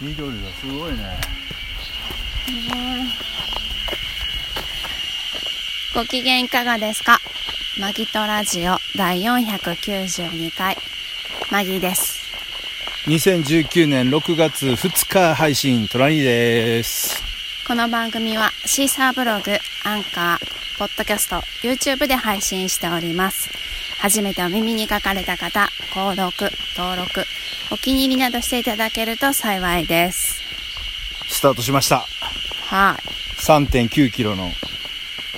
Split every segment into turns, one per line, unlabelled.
緑がすごいね
ご機嫌いかがですかマギトラジオ第492回マギです
2019年6月2日配信トラニーです
この番組はシーサーブログアンカーポッドキャスト YouTube で配信しております初めてお耳に書かれた方購読登録お気に入りなどしていただけると幸いです
スタートしました
はい、
3.9キロの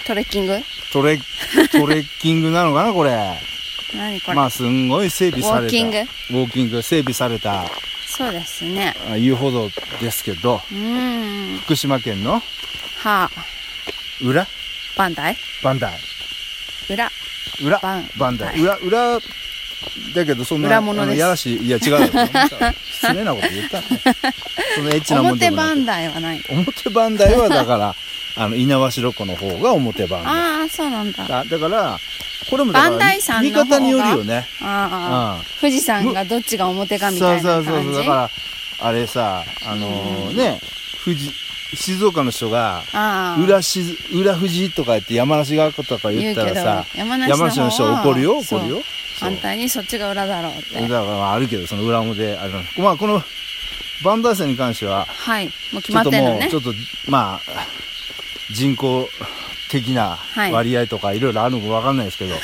トレッキング
トレトレッキングなのかなこれ
何これ、
まあすんごい整備された
ウォーキング
ウォーキング整備された
そうですね
あ遊歩道ですけど
うーん
福島県の
はあ
裏
バンダイ
バンダイ
裏
裏
バン
バンダ
は
イ
い
裏裏だけどそんな
裏物
あの
です
やらしいいや違うよ 失礼なこと言ったねそのエッチなもんで
表
もな
バ
く
ンダイはない
表磐梯はだから あの猪苗代湖の方が表磐梯
ああそうなんだあ
だだからこれもだから
磐梯山
見
の方が
方によるよね
あ
うん
富士山がどっちが表かみたいな
そ
感
う
じ
そうそうそうだからあれさあのーね富士静岡の人が
ああ
裏し裏富士とか言って山梨側とか言ったらさ
言うけど山梨の方は
の人は怒るよ
そ
怒
う
るよそう
反対にそっちが裏だろうっ
だ
て
からまああるけどその裏表あれなんですまあこの磐梯山に関しては
はいもう決
ちょ
ま
っ
って
と
んの
もう
ね
ちょっとまあ人口的ない割合とかいろいろあるのかわかんないです けど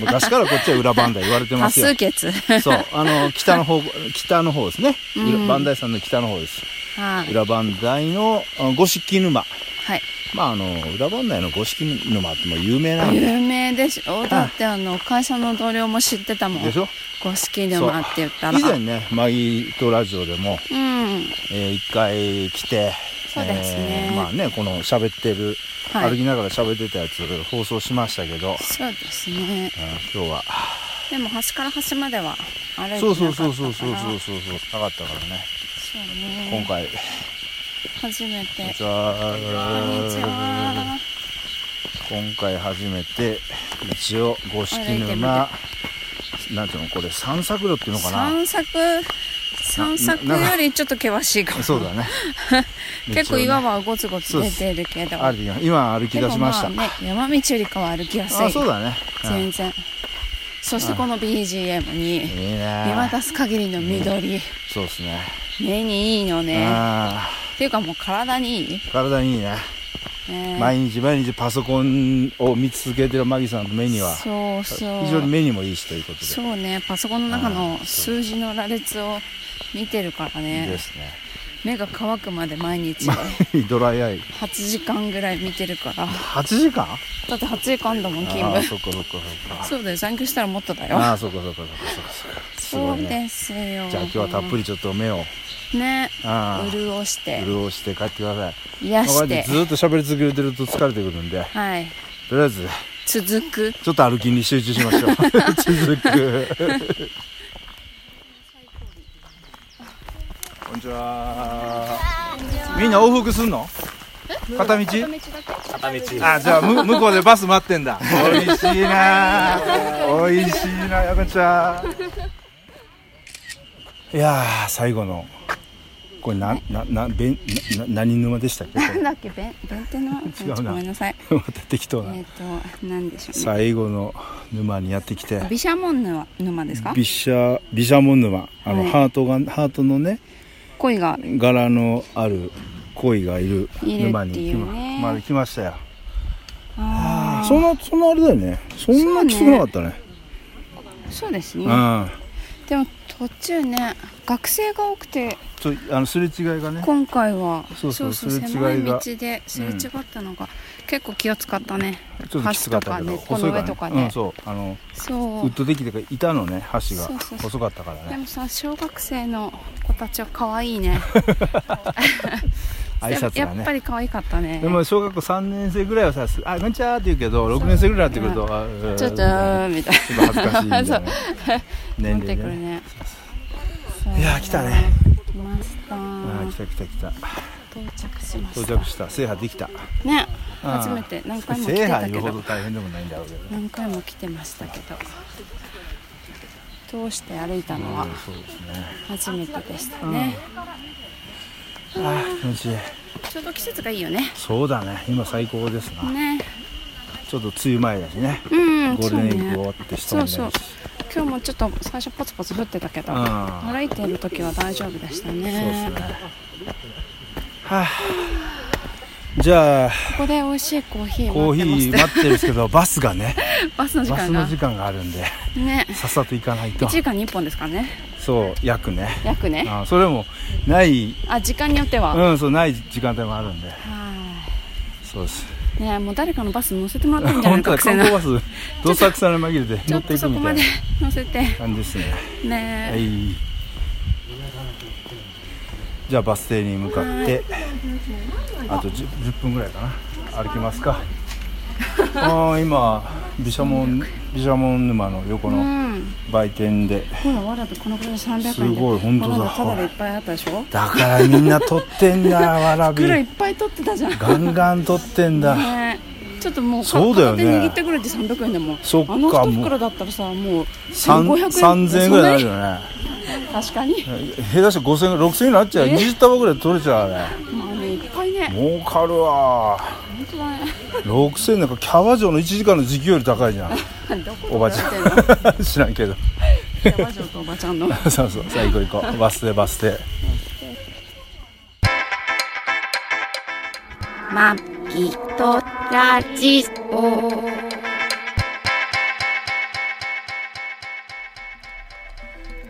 昔からこっちは裏磐梯言われてま
多
すよ
数決
そうあの北の方北の方ですね
うん
裏磐梯山の北の方です
はい
裏磐梯のあ五色沼
はい
まああの裏磐梯の五色沼ってもう有名なんで
有名でしょだってあの会社の同僚も知ってたもん
でしょ
五色沼って言ったら
以前ねマギとラジオでも
うん
えー一回来て
そうですね
えーまあねこの喋ってる、
はい
歩きながら喋ってたやつ放送しましたけど、
そうですね
うん今日は
でも端から端までは歩いてなかったから
そうそうそうそうそう
そ
そううそうそうなかったからね、今
ね
回
初めてこんにち
じゃあ
は
今回初めて一応五色沼なんていうのこれ散策路っていうのかな
散策散策よりちょっと険しい かも
そうだね
結構岩
道をね
はゴツゴツ出てるけど
歩き今歩き
で
出
も
しま
ま
した、
あね山道よりかは歩きやすい
あそうだね、うん
全然そしてこの BGM に
いいね
見渡す限りの緑
そうですね
目にいいのね
ああ
っていうかもう体にいい
体にいいね、
ね
毎日毎日パソコンを見続けてるマギさんの目には
そうそう
非常に目にもいいしということで
そうねパソコンの中の数字の羅列を見てるから
で
ね
すね
目が乾くまで毎 日
毎日ドライアイ
8時間ぐらい見てるから
8時間
だって8時間だもん勤
ああ
務
そっかそっかそっ か
そうだよ残業したらもっとだよ
ああそっかそっかそっかそっかそっかす
そ
ご
う
いね
ですよ
じゃあ今日はたっぷりちょっと目を
りね
ああ
潤して
潤して帰ってください
癒
こ
し
うや
て
ってずっと喋り続けてると疲れてくるんで
はい
とりあえず
続く
ちょっと歩きに集中しま しょう続くこんにちはみんな往復すんの片道あじゃあむ向こうでバス待ってんだおいしいなおいしいなやこちゃんいやー最後のこれなななべんな な何沼でしたっけ
なんだっけ弁弁天の
違うな
ちょっとごめんなさい
また適当
え
な
っとなんでしょうね
最後の沼にやってきて
毘沙門沼沼ですか
ビシャビシャモン沼あの、
はい
ハートがハートのね
恋がある
柄のある鯉がいる
いる
沼
って
に
い
来
う
ま,、
ね
まあ、来ましたよ
あ
そんなそんなあれだよねそんなきつくなかったね
ーそうです
う
ね
ん
でも途中ね学生が多くて
ちょあのすれ違いがね
今回は
そうそうすれ違い
狭い道
が
ですれ違ったのが、結構気を使ったね
ちょっときつかったけど
橋とかねこの上とかね
うん、そうあの
そう
ウッドデッキとか板のね橋が
そうそうそう
細かったから
で
ね
もさ小学生の子たちは可愛い ね
挨拶
や
が
っぱ
ね
り可愛かったね
でも小学校3年生ぐらいはさ「あこんにちは」って言うけど6年生ぐらいになってくるとあ「
ちょっと
うーん
みたい
ちょっと恥ずかしいみたい
そ
な
うな
年齢
持ってく
で
る
ね
ね
いやー来たね
来ました
あー来た来た来た
到着しま
到
した
着した制覇できた
ね
うん
初めて何回も来
制
てた
覇
け
よほど
ど
大変でもないんだろうけど
何回も来てましたけど通して歩いたのは
そうですね
初めてでしたね、
あー気持ちいい
ちょうど季節がいいよね
そうだね今最高ですな、
ね
ちょっと梅雨前だしね
うん
ゴール
そう
デンウィーク
ね
終わって人もいないし
そう今日もちょっと最初ポツポツ降ってたけど
うん
歩いている時は大丈夫でした
そうです
ね
ねはあじゃあ
ここで美味しいコーヒー
コーヒ
待っ
ー
てま
待ってるんですけどバスがね
すバスの時
バス
間
の
が
時間があるんで
ね
さっさと行かないと
1時間に1本ですからね
そう約ね
約ね
あそれもない
あ時間によっては、
うんそうない時間帯もあるんで
は
そうです
いねもう誰かのバス乗せてもらってんじゃな
本
い
当だ
学生
観
の
光バス どさくさに紛れて
ちょ
乗
っ
って
と
いく
そこ
みた
ま
い
で
な
乗せて
感じですね
ね
はいじゃあバス停に向かってあと 10, 10分ぐらいかな歩きます かあー今毘沙門毘沙門沼の横
う
の
ん
売店で
ほらわらびこのくらいで300円です
ごい本当だ
わらびただでいっぱいあったでしょ
だからみんな取って んだわらび
袋いっぱい取ってたじゃん
ガンガン取ってんだ
ねちょっともうか
そうだよね
片手握ってくれて300円でも
そっか
あの一
も
袋だったらさもう
さん
1500円
3000円ぐらいに
そん
なるよね
なに確かに
下手して5000円6000円になっちゃう20束ぐらい取れちゃうね
まあねいっぱいね
儲かるわ
本当だね
6000円なんかキャバ嬢の1時間の時給より高いじ ゃん
どこで
おばちゃ
売られての
ん 知らんけど
キャバ嬢とおばちゃんの
そうそうさあ行こう行こうバス停バス停
マギトラジオ。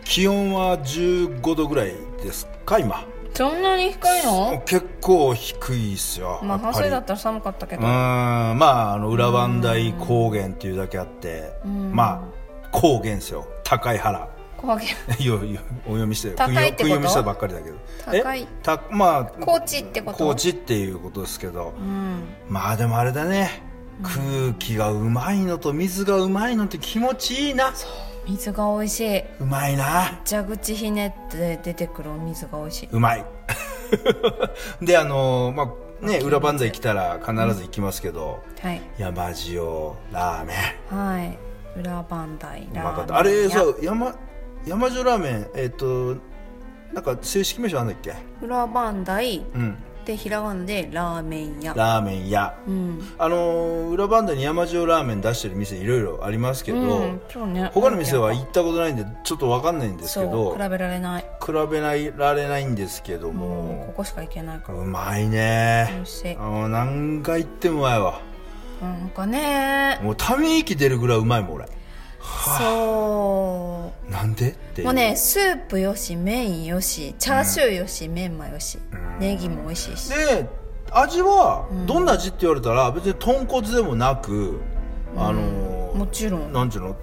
気温は15度ぐらいですか今
そんなに低いの
結構低いですよ
ま
や
あ、
っ
半
ぱり
袖だったら寒かったけ
う
ど。
ーんまああの裏磐梯高原っていうだけあってまあ高原ですよ高い原
高原。
いやいやお読みしてる
高いってこと
訓読みしたばっかりだけど
高い
えたまあ
高知ってこと
高知っていうことですけど
うん。
まあでもあれだね空気がうまいのと水がうまいのって気持ちいいな
水が美味しい。
うまいな
蛇口ひねって出てくるお水が美味しい。
うまい であのまあね裏磐梯来たら必ず行きますけど、
はい。
山塩ラーメ
はい。裏磐梯
ンうま
ラー
か
メ
っ
ン
たあれ
屋
さ山山塩ラーメンえっ、となんか正式名称なんだっけ
裏磐梯
うん
でひらがなでラーメン屋。
ラーメン屋
うん。
あのー裏バンドに山塩ラーメン出してる店いろいろありますけど、
うん。そうね。
他の店は行ったことないんでちょっとわかんないんですけ
そ
ど
う。比べられない。
比べないられないんですけど
もう、こ
も、
こしか行けないか
う
ら。
まい
美
ね
味しい
あ。の何回行ってもうまいわ
なんかね。
もうため息出るぐらいうまいもん俺
そう。
なんでってい
もうねスープよし麺よしチャーシューよし、メンマよし、ネギも美味しいし
で味はどんな味って言われたら別に豚骨でもなく、あのー
もちろん
なんていうの、えっ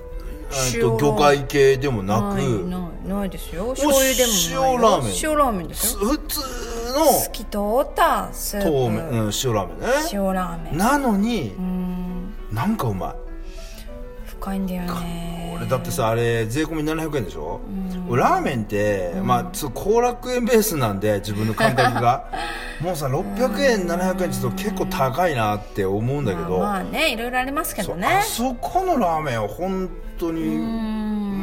塩
と魚介系でもな
ない
く
ないないですよ醤油でもないよ
塩ラーメン
塩ラーメンです
す
よ
普通
透き通ったス
の
ープ
透明、うん、塩ラーメンね
塩ラーメンう
なのに
ーん
なんかうまい
深いんだよね
俺だってさあれ税込み700円でしょ俺ラーメンってまあちょっと後楽園ベースなんで自分の感覚 がもうさ600円700円ちょっと結構高いなって思うんだけ
まあ
ど、
まあねいろいろありますけ
そ
ど
う
ね
あそこのラーメンは本当に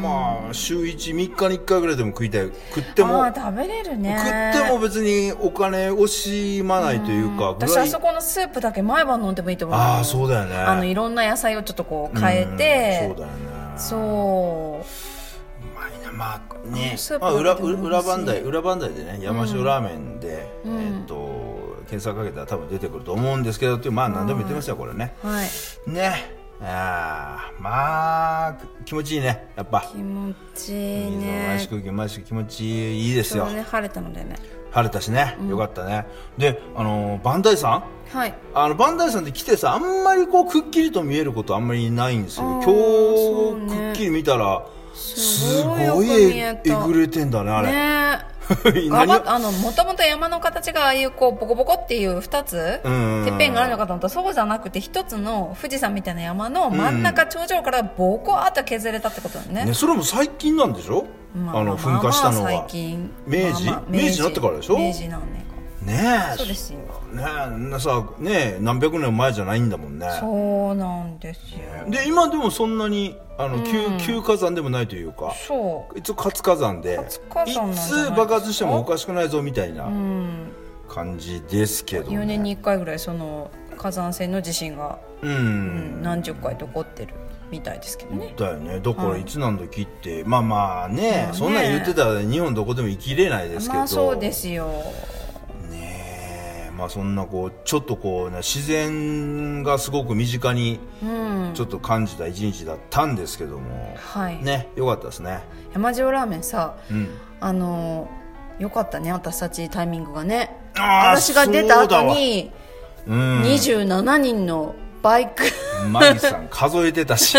まあ週13日に1回ぐらいでも食いたい食っても
ああ食べれるね
食っても別にお金惜しまないというかぐ
私
ら
あ
い
そこのスープだけ毎晩飲んでもいいと思う
ああそうだよね
あのいろんな野菜をちょっとこう変えて
うんそうだよね
そう
うまいなまあね
スープ
まあ、裏
だけでも
裏磐梯裏磐梯でね山椒ラーメンで、えっと検索かけたら多分出てくると思うんですけどっていうまあ何でも言ってますよこれね
はい
ねあーまあ気持ちいいねやっぱ
気持ちい
水
い
の
ね
毎週空気毎週気持ちいいです
ちょ
よ
うどね晴れたのでね
晴れたしねよかったねであの磐梯山
はい
あの磐梯山って来てさあんまりこうくっきりと見えることあんまりないんですよ今日
そうね
くっきり見たらす
す
ご
ご
い
い
え
よく見え
え
た
ぐれてんだねあれ
ねえが
何
ば
を
あのもともと山の形がああいうこうボコボコっていう2つ
うん
てっぺんがあるのかと思ったらそうじゃなくて1つの富士山みたいな山の真ん中頂上からボコーっと削れたってことだね
ね、それも最近なんでしょ、
ま
あの噴火したの
まあまあ
は
最近
明治明治になってからでしょ
明治何年か
ねえ
そうですよ
ねえなさねえ何百年も前じゃないんだもんね
そうなんですよ
で今でもそんなにあの急,、急火山でもないというか
そう
一応活火山で
活火山なんじゃない
つ爆発してもおかしくないぞみたいな、
うん
感じですけど、
4年に1回ぐらいその火山性の地震が、
う
うんん、何十回と起こってるみたいですけどね
だよねだから
はい
いつなん時って、まあまあね,、
まあね
そんなん言ってたら日本どこでも生きれないですけど、
まあそうですよ
ねえまあそんなこうちょっとこう、ね、自然がすごく身近に
うん
ちょっと感じた一日だったんですけども、
はい、
ねよかったですね
山塩ラーメンさ
うん
あのよかったね私たちタイミングがね
あー
私が出た後に
うん
27人のバイク、
マギさん数えてたし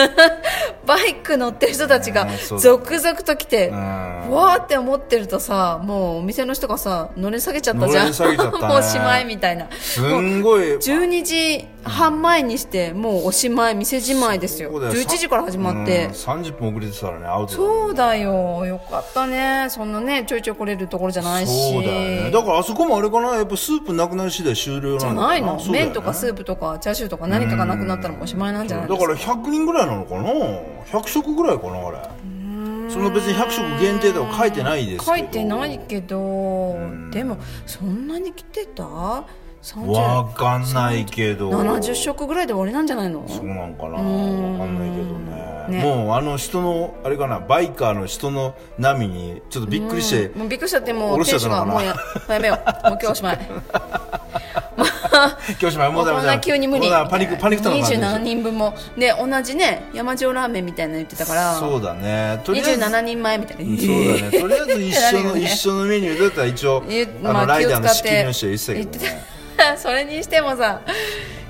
バイク乗ってる人たちが
ねそうだね
続々と来て、
うん
わーって思ってるとさもうお店の人がさのれ下げちゃったじゃん
のれ下げちゃったね
もう おしまいみたいな
すんごい
12時半前にしてもうおしまい店じまいですよ
そうだよ
11時から始まっ
う
て
ん30分遅れてたらねアウトだね
そうだよよかったねそんなねちょいちょい来れるところじゃないし
そうだよねだからあそこもあれかなやっぱスープなくなり次第終了なん
じ
だ
ゃ
よ
ないの、
そうだよね
麺とかスープとかチャーシューとか何かがなくなったらもうおしまいなんじゃないで
だ
すか
から100人ぐらいなのかな100食ぐらいかなあれその別に100食限定とか書いてないですけど
書いてないけど
ん
でもそんなに来てた
わ
30
かんないけど
70食ぐらいで終わりなんじゃないの
そうなんかなわか
ん
んないけどね
ね
もうあの人のあれかなバイカーの人の波にちょっとびっくりして、
もうびっくりしちゃってもう
俺しちゃ
店
った
主
のかな
がもうやもうやめようもう今日おしまい
教師前 も
も
う
う
ダメ
こ
だ
んな急に無理
もうだパニックパニックとかな
二
って
十
る
何人分もで同じね山塩ラーメンみたいなの言ってたから
そうだねとりあえず
27人前みたいな、
そうだ ねとりあえず一緒の
何がね
一緒のメニューだったら一応
え
あの、
まあ
ライダーの
気を使
仕
っ
切り
て
の人は言ってたけどね
それにしてもさ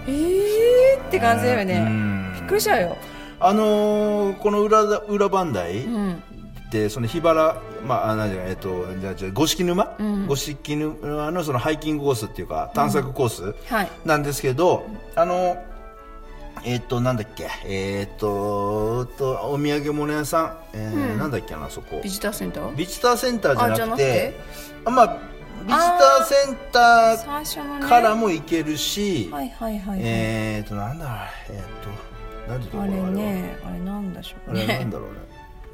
えーって感じだよね、
うん
びっくりしちゃうよ、
あのーこの裏だ裏磐梯
うん、
でその桧原まああなんじゃないえっとじゃあじゃあ五色沼、五色沼のそのハイキングコースっていうか探索コース
はい
なんですけど、あのえっとなんだっけえっととお土産物屋さん、えーなんだっけなそこ
ビジターセンター
ビジターセンターじゃなくて
あじ
あまあビジターセンタ
最初の
ー
ね
からも行けるし、
はいはいはいはい、
えっとなんだあれえっとなんてとこ
あ
ろ
れ
は
ねあれなんでしょ
あ
う
れなん
ね
だろうね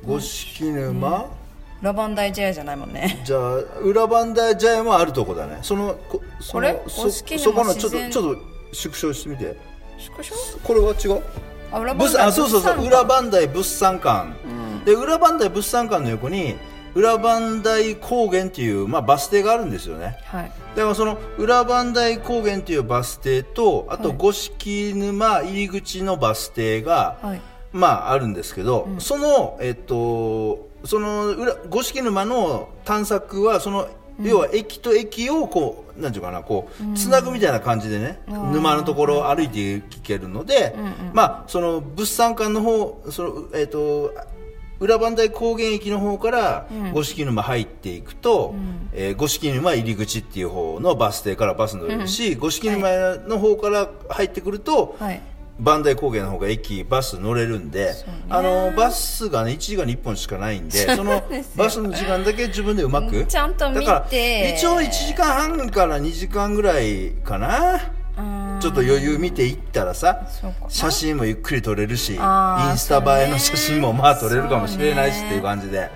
五色沼、
ラバンダイジェアじゃないもんね
じゃあ裏磐梯茶屋もあるとこだねそのこその
これ
そ
五色沼
そこのちょっと
自然
ちょっと縮小してみて
縮小
これは違う
あ裏
物
磐
産
梯
あそうそうそう裏磐梯物産館、で裏磐梯物産館の横に裏磐梯高原っていう、まあ、バス停があるんですよね
はい
だからその裏磐梯高原っていうバス停とあと五色沼入り口のバス停が、
はい
まああるんですけど、そのえっとその裏五色沼の探索はその、要は駅と駅をこうなんていうかなこうつなぐみたいな感じでね、沼のところを歩いていけるので、まあその物産館の方そのえっと裏磐梯高原駅の方から五色沼入っていくと、えー五色沼入り口っていう方のバス停からバス乗れるし、五色沼の方から入ってくると、
はい
磐梯高原の方が駅バス乗れるんで、
そうね
あのバスがね1時間に1本しかないんでそのバスの時間だけ自分でうまく
ちゃんと見て
だから一応1時間半から2時間ぐらいかな
うーん
ちょっと余裕見ていったらさ
そうか
写真もゆっくり撮れるしイン
あー
スタ映えの写真もまあ撮
そう
れ
ね
るかもしれないし
そ
っ
うね
ていう感じで。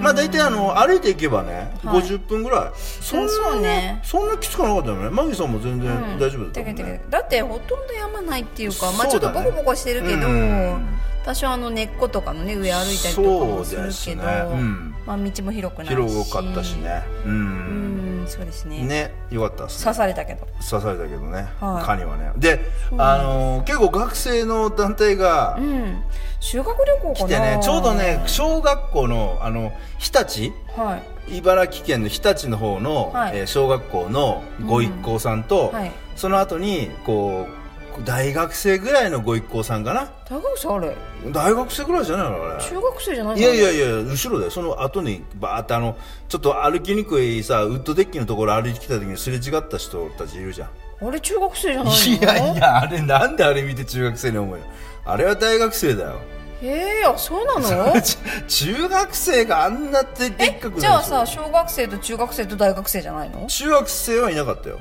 まあ大体あの歩いていけばね、50分ぐらいそん
そ
な
うね
そんなきつくなかったよねマギさんも全然大丈夫だった
て
も
け
ん
てけ
ね、
だってほとんど山ないっていうかまあち
そう
ょっ
だ
と
ね
ボコボコしてるけど、
うん
多少あの根っことかのね上歩いたりとかもする
そうです
けど、
ねうん
まあ道も広くないし
広かったしねう
うんんそうですね
ねよかったっすね
刺されたけど
刺されたけどね、
はい
カニはねであのー結構学生の団体が
うん修学旅行か
来
な
てねちょうどね小学校のあの日立
はい
茨城県の日立の方の、
はい
えー小学校のご一行さんと、
うんはい
その後にこう大学生ぐらいのご一行さんかな
大学生あれ
大学生ぐらいじゃないのあれ
中学生じゃない
い
の
やいやいや後ろだよその後にバーってあのちょっと歩きにくいさウッドデッキのところ歩いてきた時にすれ違った人たちいるじゃん
あれ中学生じゃないの
いやいやあれなんであれ見て中学生に思うよあれは大学生だよ
ええあそ うなの
ち中学生があんなってでっかくなるでしょ
じゃあさ小学生と中学生と大学生じゃないの
中学生はいなかったよ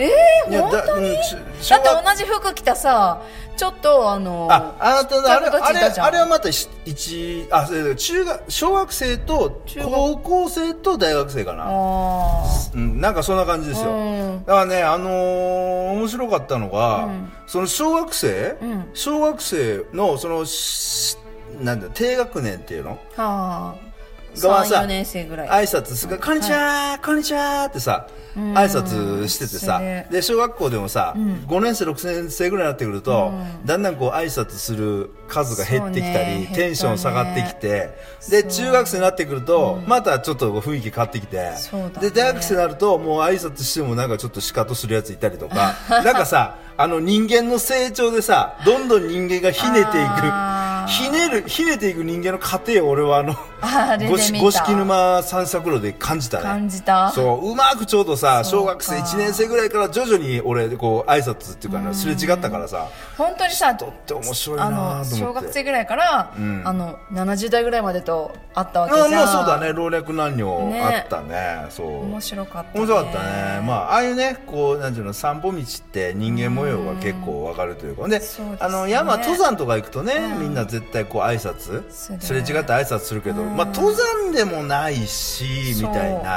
ええ
いや
本当に
うん
だ
ち小学
って同じ服着たさちょっとあの
ああなたのあれ
ちゃんと
あれ
立ちいたじゃん
あれはまたし一あそれ中学小学生と
中学
高校生と大学生かな
あ
うん、なんかそんな感じですよ、
うん
だからねあのー面白かったのが、
うん
その小学生、
うん
小学生のそのしなんだ低学年っていうの
はあ
がまあ
34年生ぐらい
挨拶する「こんにちはこんにちは」ってさ
ん
挨拶しててさ
それ
で小学校でもさ
ん
5年生6年生ぐらいになってくるとだんだんこう挨拶する数が減ってきた
そうね減
り
ったね
テンション下がってきてで
そう
中学生になってくるとまたちょっと雰囲気変わってきて
そうだ
で
ね
大学生になるともう挨拶してもなんかちょっとシカトするやついたりと かなんかさあの人間の成長でさどんどん人間がひねてい
あ
く
ー
ひねるひねていく人間の過程を俺はあの
あれで
五
見た
色五色沼散策路で感じたね
感じた
そううまくちょうどさ
そう
小
か
学生1年生ぐらいから徐々に俺こう挨拶っていうかなすれ違ったからさ
本当にさ
とって面白いな
あ
と思
の
って
小学生ぐらいから、
ん
あの70代ぐらいまでとあったわけ
まあ
じゃん
まあそうだね老若男女あったねそう
面
面
白かった、ね、
白かったねまあああいうねこうなんていうの散歩道って人間模様が結構わかるというかで
そうですね
あの山登山とか行くとねみんな絶対こう挨拶
する
すれ違って挨拶するけどまあ登山でもないしみたい
そう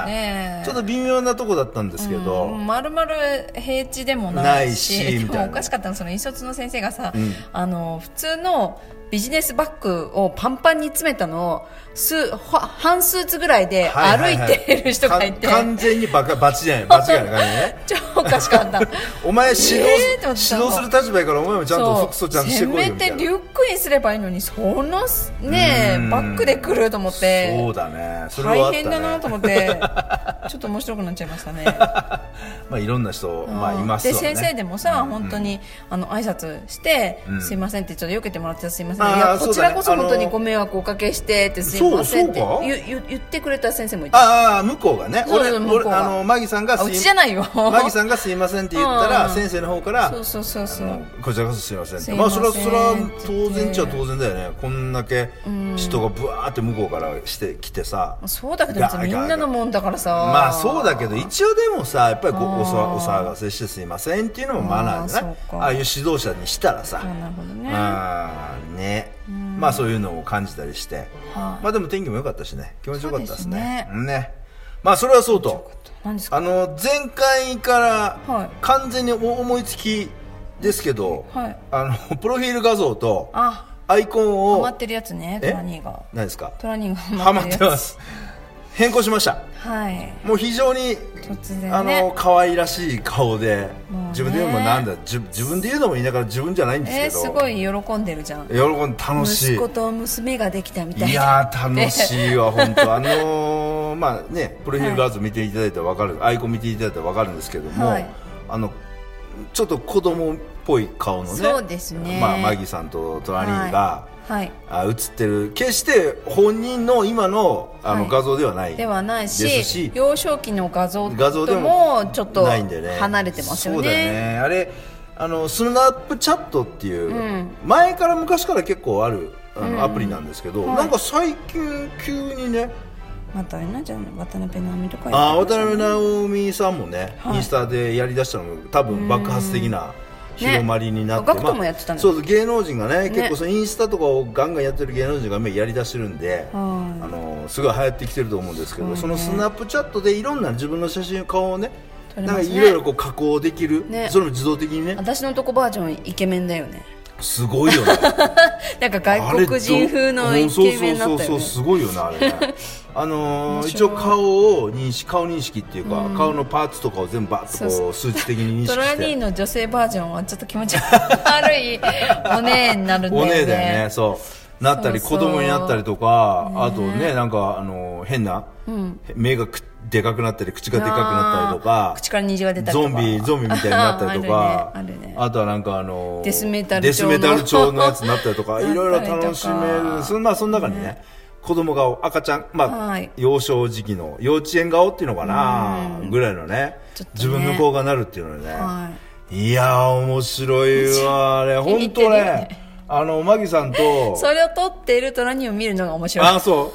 ね
なちょっと微妙なとこだったんですけど
まるまる平地でもないし
ないしみたいな
でもおかしかったのその引率の先生がさ、
ん
あの普通のビジネスバッグをパンパンに詰めたのを数ほ半スーツぐらいで
はいは
歩
い
い
はい
てる人がいて、
かん完全にバカバチじゃないバチがない感じ ね
超おかしかった
お前指導,、
えーって思ってた
指導する立場やからお前もちゃんと服装ちゃんとして
せ
こい
め
よみた
て
い
リ
な
ュックにすればいいのにそのね
うん
バッグで来ると思って
そうだねそれはあ
大
ったね
変だなと思って、 ちょっと面白くなっちゃいましたね。
まあいろんな人、 まあいますわ
で
ね
先生でもさ、本当にあの挨拶して、
うん
すいませんってちょっと避けてもらってたすいません、
あー
いや
そうだね
こちらこそ本当
あ
に
のー
ご迷惑をおかけしてってすいませんって
そうそうか
ゆゆ言ってくれた先生もいた
ああ向こうがね
そうそう
俺
向こう
俺
が
あのマギさんが
あ
すいう
ちじゃないよ
マギさんがすいませんって言ったら、
うん
先生の方から
そうそうそうそう
あのこちらこそすいませんって
すい
ま
ま
あ
せ
そ
ん
れはそれは
って言って
当然っちゃ当然だよねこんだけ人がブワーって向こうからしてきてさ、
そうだけど別にみんなのもんだからさ
まあそうだけど一応でもさやっぱりこう
あー
おさお騒がせしてすいませんっていうのもマナーじゃない
あーそう
あ
か
あいう指導者にしたらさ
あなるほどね
あーねまあそういうのを感じたりしてまあでも天気も良かったしね気持ちよかったですね
そう
ねまあそれはそうと
何ですか
あの前回か
は
ら
い
完全にお思いつきですけど、
はい
あのプロフィール画像と
あ
アイコン
ハ
を
マってるやつねトラニーが
何ですか
トラニーがハ
ハマ
マって
っ
るや
て
つ
ます変更しました
はい
もう非常に、
突然ね
あの可愛らしい顔で、
もうね
自分で言うのもなんだ自自分で言うのも言いながら自分じゃないんですけ
え
ど、
ー、すごい喜んでるじゃん
喜んで楽しい
息子と娘ができたみたいない
やー楽しいわ本当あのー まあねプロフィール画像見ていただいたらわかる、アイコン見ていただいたらわかるんですけども、
はい
あのちょっと子供っぽい顔のね
そうですね
まあ、マギさんとトラニーが、
はい
あ映ってる決して本人の今のあの
はい
画像ではない、
ではないし
ですし
幼少期の画像
画像で
と
も
もちょっと
ないんだよね
離れてますよ
そうだよ
ね
ねあれあのスナップチャットっていう、
ん
前から昔から結構あるあのアプリなんですけど、
はい
なんか最近急にね、
またあれなんじゃない渡辺直美とか
あー渡辺直美さんもね、
はい
インスタでやりだしたのも多分爆発的な広まりになって、
ねガクトもやってたんだ
そうそう芸能人がね
ね
結構そのインスタとかをガンガンやってる芸能人が今やりだしてるんで、
はい
あのすごい流行ってきてると思うんですけどそ,、
そう
の
ね
スナップチャットでいろんな自分の写真顔をね
撮れ
なん
ま
か
すね
いろいろこう加工できる、
ね
それも自動的にね
私のとこバージョンイケメンだよね
すごいよね
なんか外国人風のイケメンだ
あれどううん
った
そうそうそうそうすご
よね
いよねあれ ねあのー
面
一
白
応
い
顔を認識顔認識っていうか、顔のパーツとかを全部バッとこう数値的に認識
トラ
し
ニー
て
の女性バージョンはちょっと気持ち悪 いお姉になるんだよ
お
ね
姉だよねそうなったり
そう
子
そう
供になったりとか、あとねなんか、あのー変な、目がくでかくなったり口がでかくなったりとか
口から虹が出たりと
ゾ
か
ンビゾンビみたいになったりとか
あるねあるね
とはなんかあの
デスメタル調の
デスメタル調のやつになったりとか
なったり
い
とか
ろいろ楽 しめるそ,、まあ、その中にね子供顔赤ちゃん、まあ
はい
幼少時期の幼稚園顔っていうのかな、ぐらいのね
ちょっとね
自分の子がなるっていうのね、、
はい
やー面白いわあ れ本当ね
似てるよね
あのマギさんと
いそれを撮っているトラニーを見るのが面白い
あそ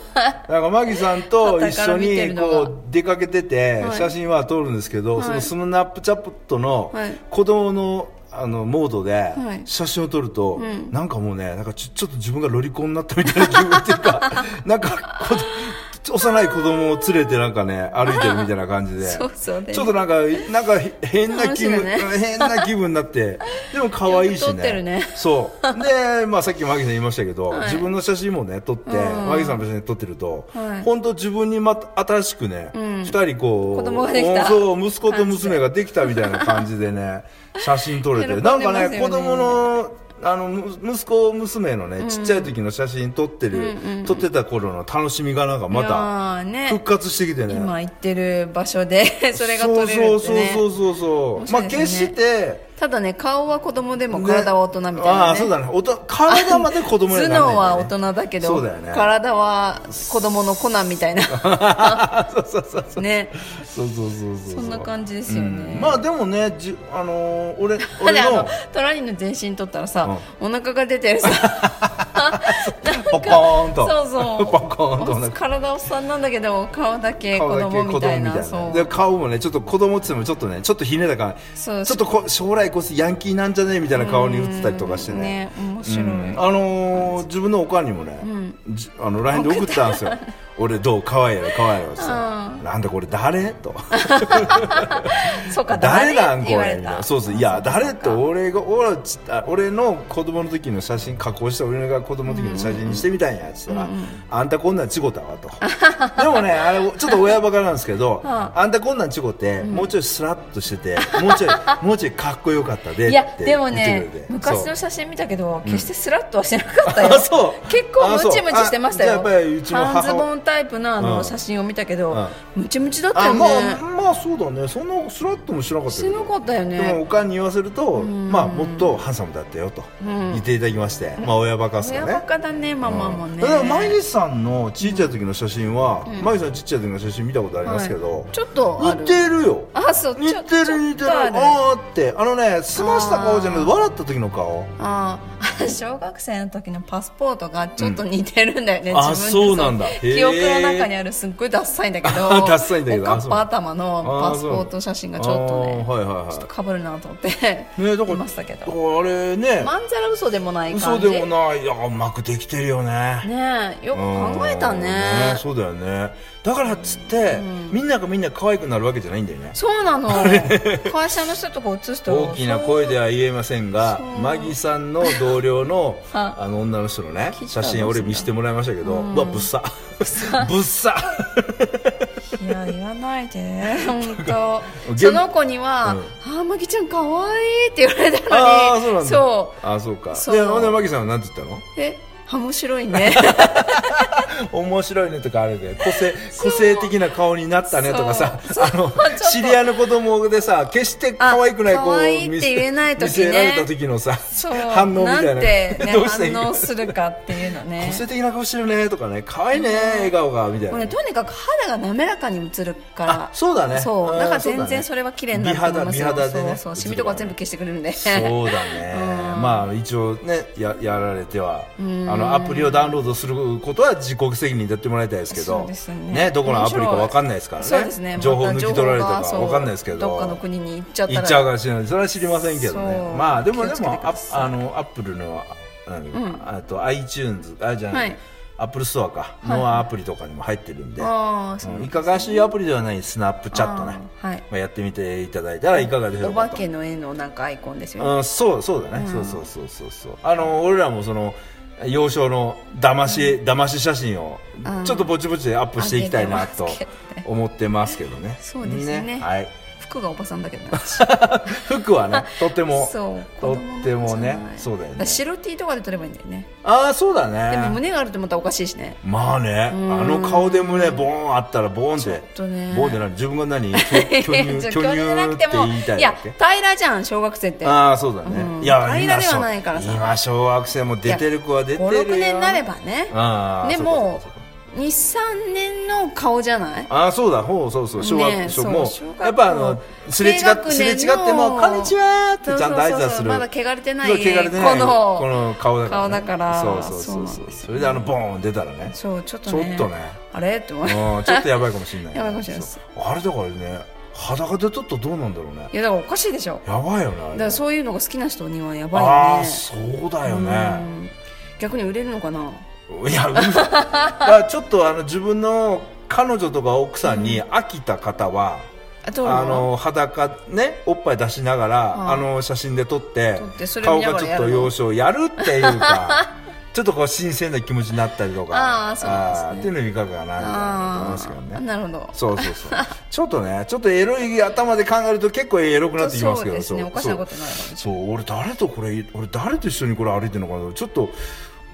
う なんかマギさんと一緒に
傍から見てるのが
こう出かけてて
はい
写真は撮るんですけど、そのスナップチャットの
はい
子供のあのモードで
はい
写真を撮ると、 なんかもうねなんかちょちょっと自分がロリコンになったみたいな気分っていうかなんかこう幼い子供を連れてなんかね歩いてるみたいな感じで
そうそうね
ちょっとなんかなんかへ変な気分、
面白
変な気分になってでも可愛いし
よく撮ってる
ね
ね
そうで、まあ、さっきマギさん言いましたけど、
い
自分の写真もね撮って、マギさんの写真撮ってると、
はい
本当自分にまた新しくね、二人こう
子供ができた
そう息子と娘ができたみたいな感じでね写真撮れて
喜んで
な
ま
ん
す
か
よね
ね子供のあのむ息子娘のね、ちっちゃい時の写真撮ってる、撮ってた頃の楽しみがなんかまた
いやーね
復活してきてね
今行ってる場所で それが取れるってね
そうそうそうそうそう、
面
まあ
白いですね
決して
ただね顔は子供でも体は大人みたいな、ね
ああーそうだねおと体まで子供にならないんだよね、
頭脳は大人だけど
そうだよね
体は子供のコナンみたいな
そうそう そうそう
ね
そうそうそうそう
そんな感じですよね、
うんまあでもねじあのー 俺
た
俺
だ
の
あのトラニの全身取ったらさ、お腹が出てるさ なんか
ポコーンと
そうそう
ポコーンとお腹
体おっさんなんだけど顔だけ
顔
子
だけ
供みたいな
子供
そう
で顔もねちょっと子供っつってもちょっとねちょっとひねだか
そ
ら
う
ちょっとこ将来こそヤンキーなんじゃねみたいな顔に映ったりとかしてね
ね面白い、
うんあのー自分のおかんにもね、じあの LINE で送ったんですよ俺どう可愛いやろ可愛いやろってさ、なんだこれ誰と
そうか
誰なん
って
こ
言わ
れ
れ
みたい
た
なそうそういや誰って俺が俺はちあ俺の子供の時の写真加工して俺が子供の時の写真にしてみたんやっつったら、あんたこんなんちごたわとでもねあれちょっと親バカなんですけ ど、あんたこんなんちごって、もうちょいスラッとしててもうちょいもうちょいかっこよかったでって
いやでも
言っ
ね
てくれて
昔
そう
の写真見たけど決してスラッとはしてなかったよ、
あそう
結構
あ
ム
そう
チムチしてました
あ
よ
じゃあやっぱりうちの母
半ズボンタイプなあ
うん
の写真を見たけど、ムチムチだった
あ
よね
まあまあそうだねそんなスラッともしなかった
し
け
て
ど
なかったよ
でも
ね
おかんに言わせると、まあ、もっとハンサムだったよと言っていただきまして、まあ、親バカっすよ
親
ね
バカだねママもね、
だから毎日さんのちっちゃい時の写真は、毎日さんちっちゃい時の写真見たことありますけど、
ちょっとある
似てるよ
あそう
似
ちょ
てる似て
ち
る
ょっとある
あーってあのね澄ました顔じゃなくて笑った時の顔
ああ小学生の時のパスポートがちょっと似てるんだよね、
うんあ
自分
そ
の
うなんだ
その
へえ
記憶の中にあるすっごいダッサいんだけど
ダッサいんだけど
おか
あそ
っ
う
ぱ頭のパスポート写真がちょっとね
あーはいはいはい
ちょっとかぶるなと思っ て
ねだから
いましたけ
だか
ど
らあれね、
まんざら嘘でもない
嘘
感じ
でもないいやうまくできてるよね
ねえよく考えたね
うんそうだよねだからっつって、みんながみんな可愛くなるわけじゃないんだよね
そうなの会社の人とか写すと
大きな声では言えませんが
そう
マギさんの同僚 の
は
あの女の人のね
聞いた
写真俺見せてもらいましたけどうわぶっさ ぶっさ
いや言わな いで本当
現
その子には「ああマギちゃんかわいい」って言われた
あ
の
あ
に
そうなんだ
そ
あそうか
そう
でほんでマギさんは何て言ったの
うえ面白いね
面白いねとかあれで個性個性的な顔になったねとかさ
そう
あ の
そうちょっと
知り合いの子供でさ決して可愛くない子
あ
を
可愛い
見
って言えない時ね
見せられた時のさ
そう
反応みたいな
なんて、ね、
どうしていい
反応するかっていうの ね
個性的な顔してるねとかね可愛いね笑顔がみたい
もう
な
ねとにかく肌が滑らかに映るから
あそうだね
そう
うん
だから
そう
全
だね
然それは綺麗になると思いますよ
美肌美肌でね
そうそうシミとか全部消してくれるんで
そうだね、まあ一応ねややられてはあのアプリをダウンロードすることは自己責任でやってもらいたいですけど
そうですね
どこのアプリか分かんないですからね
そうですね
情報抜き取られた
ま
か
た情報が
分かんないですけど
そうどっかの国に行っちゃったら
行っちゃうかもしれないそれは知りませんけど
そ
ね
う
まあでも
気
で
をつけ
も
てく
あ
ださい
あのアップルの何、あと iTunes あじゃな、
はいい
アップルストアかのアプリとかにも入ってるんで、
ああそう
うんいかがわしいアプリではないスナップチャットね、
あーはい
まあ、やってみていただいたらいかがでしょ
お
うか
化
と
けの絵のなんかアイコンですよね
うん、そうそうだね、そうそうそうそうそうあの俺らもその幼少の騙し、騙し写真をちょっとぼちぼちでアップしていきたいなと
上げてますけ
思ってますけどね
そうですね
はい、
服がおばさんだけどね私
服はねとって も
そう
とってもね
子供の子じゃない
そうだよ
だから
ね
白 T とかで撮ればいいんだよね
ああそうだ
でも
ね
胸があるとまたおかしいしね
まあねあの顔で胸ボーンあったらボーンって
ちょっとね
ボーンって何自分が 何巨 巨乳
じゃあ
巨乳
巨な
っ
く
て
ても
言いたい
い
だっ
や
け
平らじゃん小学生って
ああそうだね、
うん
いや
平らではないからさ
今小学生も出てる子は出てるよ
56年なればね
ああ
でも
そうかそうかそうか
23年の顔じゃない
ああそうだほうそうそう小学、
ねえ
小
そう
も
小学
う
校
やっぱあのすれ違っ
低学年の
すれ違っても「こんにちは」ってちゃんと挨
そうそ
拶
うそう
す
そう
る
まだ汚れてない
そう汚れてない
この
この顔だから、
顔だから
そうそうそう
そう
そ
なん
う
ですよ
それであのボーン出たらね
そうちょっとね
ちょっとね
あれって思うい
うんちょっとやばいかもしれない
やばいかもしれないです
そうあれだからね裸で撮ったらどうなんだろうね
やだからおかしいでしょ
やばいよねあれ
だからそういうのが好きな人にはやばい
あ
よ
あ
ね
そうだよ
う
ね
ん逆に売れるのかない
やうんだからちょっとあの自分の彼女とか奥さんに飽きた方は、
どう
あ
なの
の裸ねおっぱい出しながら、
うん
あの写真で撮って
撮ってそれ見
顔が
ながら
ちょ
や
っ
るの
と幼少やるっていう かちょっとこう新鮮な気持ちになったりとか
あーそうなんですね
あーっていうのにいかがなみたいなと思いますけど
あー
ね
なるほど
そうそうそうちょっとねちょっとエロい頭で考えると結構エロくなってきますけど
そうですねおかしなことになるかもしれない
そう俺誰とこれ俺誰と一緒にこれ歩いてるのかなちょっと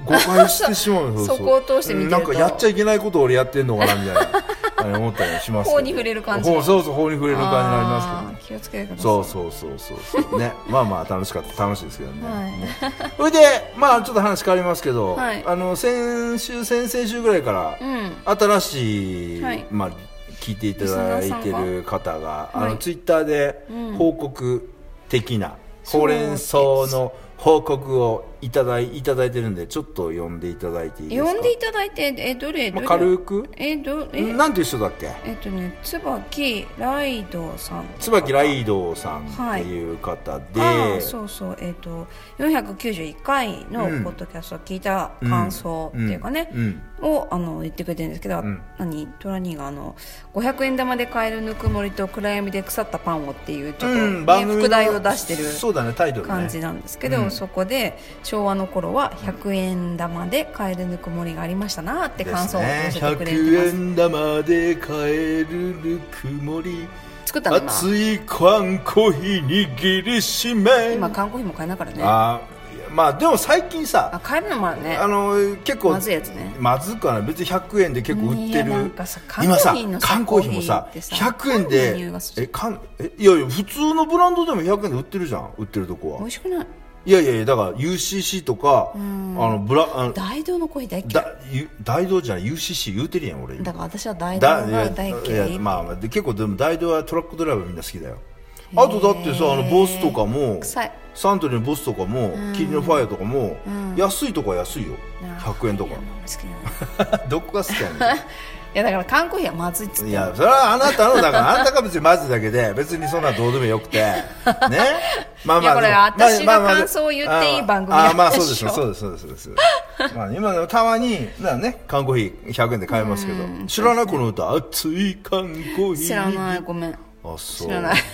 誤解してしま う
そこを通して見てると
なんかやっちゃいけないことを俺やってんのかなみ たいなあれ思ったりはしますけど
法に触れる感じ
ほうそうそう法に触れる感じになりますけどね
あー気をつけてください
そうそうそうそうそうね まあまあ楽しかった楽しいですけどね,、
はい
ねそれでまあちょっと話変わりますけど、
はい
あの先週先々週ぐらいから、
うん
新しい、
はい
まあ聞いていただいてる方があの、
はい
ツイッターで報告的な、ほうれん草の報告をいただいいただいてるんでちょっと読んでいただいていいですか
呼んでいただいてえどれど
まあ
れ、
軽く
えどえ
なんていう人だっけ
えっとね椿ライドさん
椿ライドさんっていう方で、
ああそうそうえっ、と491回のポッドキャストを聞いた感想っていうかね、
うん
をあの言ってくれてるんですけど、
ん
何トラニーがあの500円玉で買えるぬくもりと暗闇で腐ったパンをっていうちょっと、ね
うん番組の
副題を出してる
そうだねタイトルね
感じなんですけど、
うん
そこで昭和の頃は100円玉で買えるぬくもりがありましたなって感想を
で
寄せ
す
て
ね
くれてます
100円玉で買えるぬくもり
作ったの今
熱い缶コーヒー握りしめ
今缶コーヒーも買えないからねあ
あーいやまあでも最近さ
買えるのもあるね
あの結構
まずいやつね
まずくはない別に100円で結構売って
いや
る
なんかさ缶コ
今
ー
さ
ヒーのさ
缶コーヒーもさ
コーヒーってさ
100円
缶の匂い
で
がする
え缶えいやいや普通のブランドでも100円で売ってるじゃん売ってるとこ
美
は
味しくない
いやいやいやだから UCC とかあのブラあの
大道のコーヒー大嫌い
だゆ大道じゃない UCC 言うてるやん俺今
だから私は大道
だい
が
や
大
い
嫌い
やまあまあで結構でも大道はトラックドライバーみんな好きだよあとだってさあのボスとかも
臭い
サントリーのボスとかもキリンのファイアとかも安いとこは安いよ100円とか
いやまあ好きな の
どこが好きやね
いやだから缶コーヒーはまずいっつっ
ん
て
いやそれはあなたのだからあなたが別にまずだけで別にそんなどうでもよ くてねま
いやこれ
でも
私が
まあまあ
感想を言っていい番組
ああまあ
な
そ
んで
うで
し
す
ょ
そうですそうですそう ですまあ今でもたまになね缶コーヒー100円で買えますけど知らないこの歌熱い缶コーヒー
知らないごめん
あそう
知らない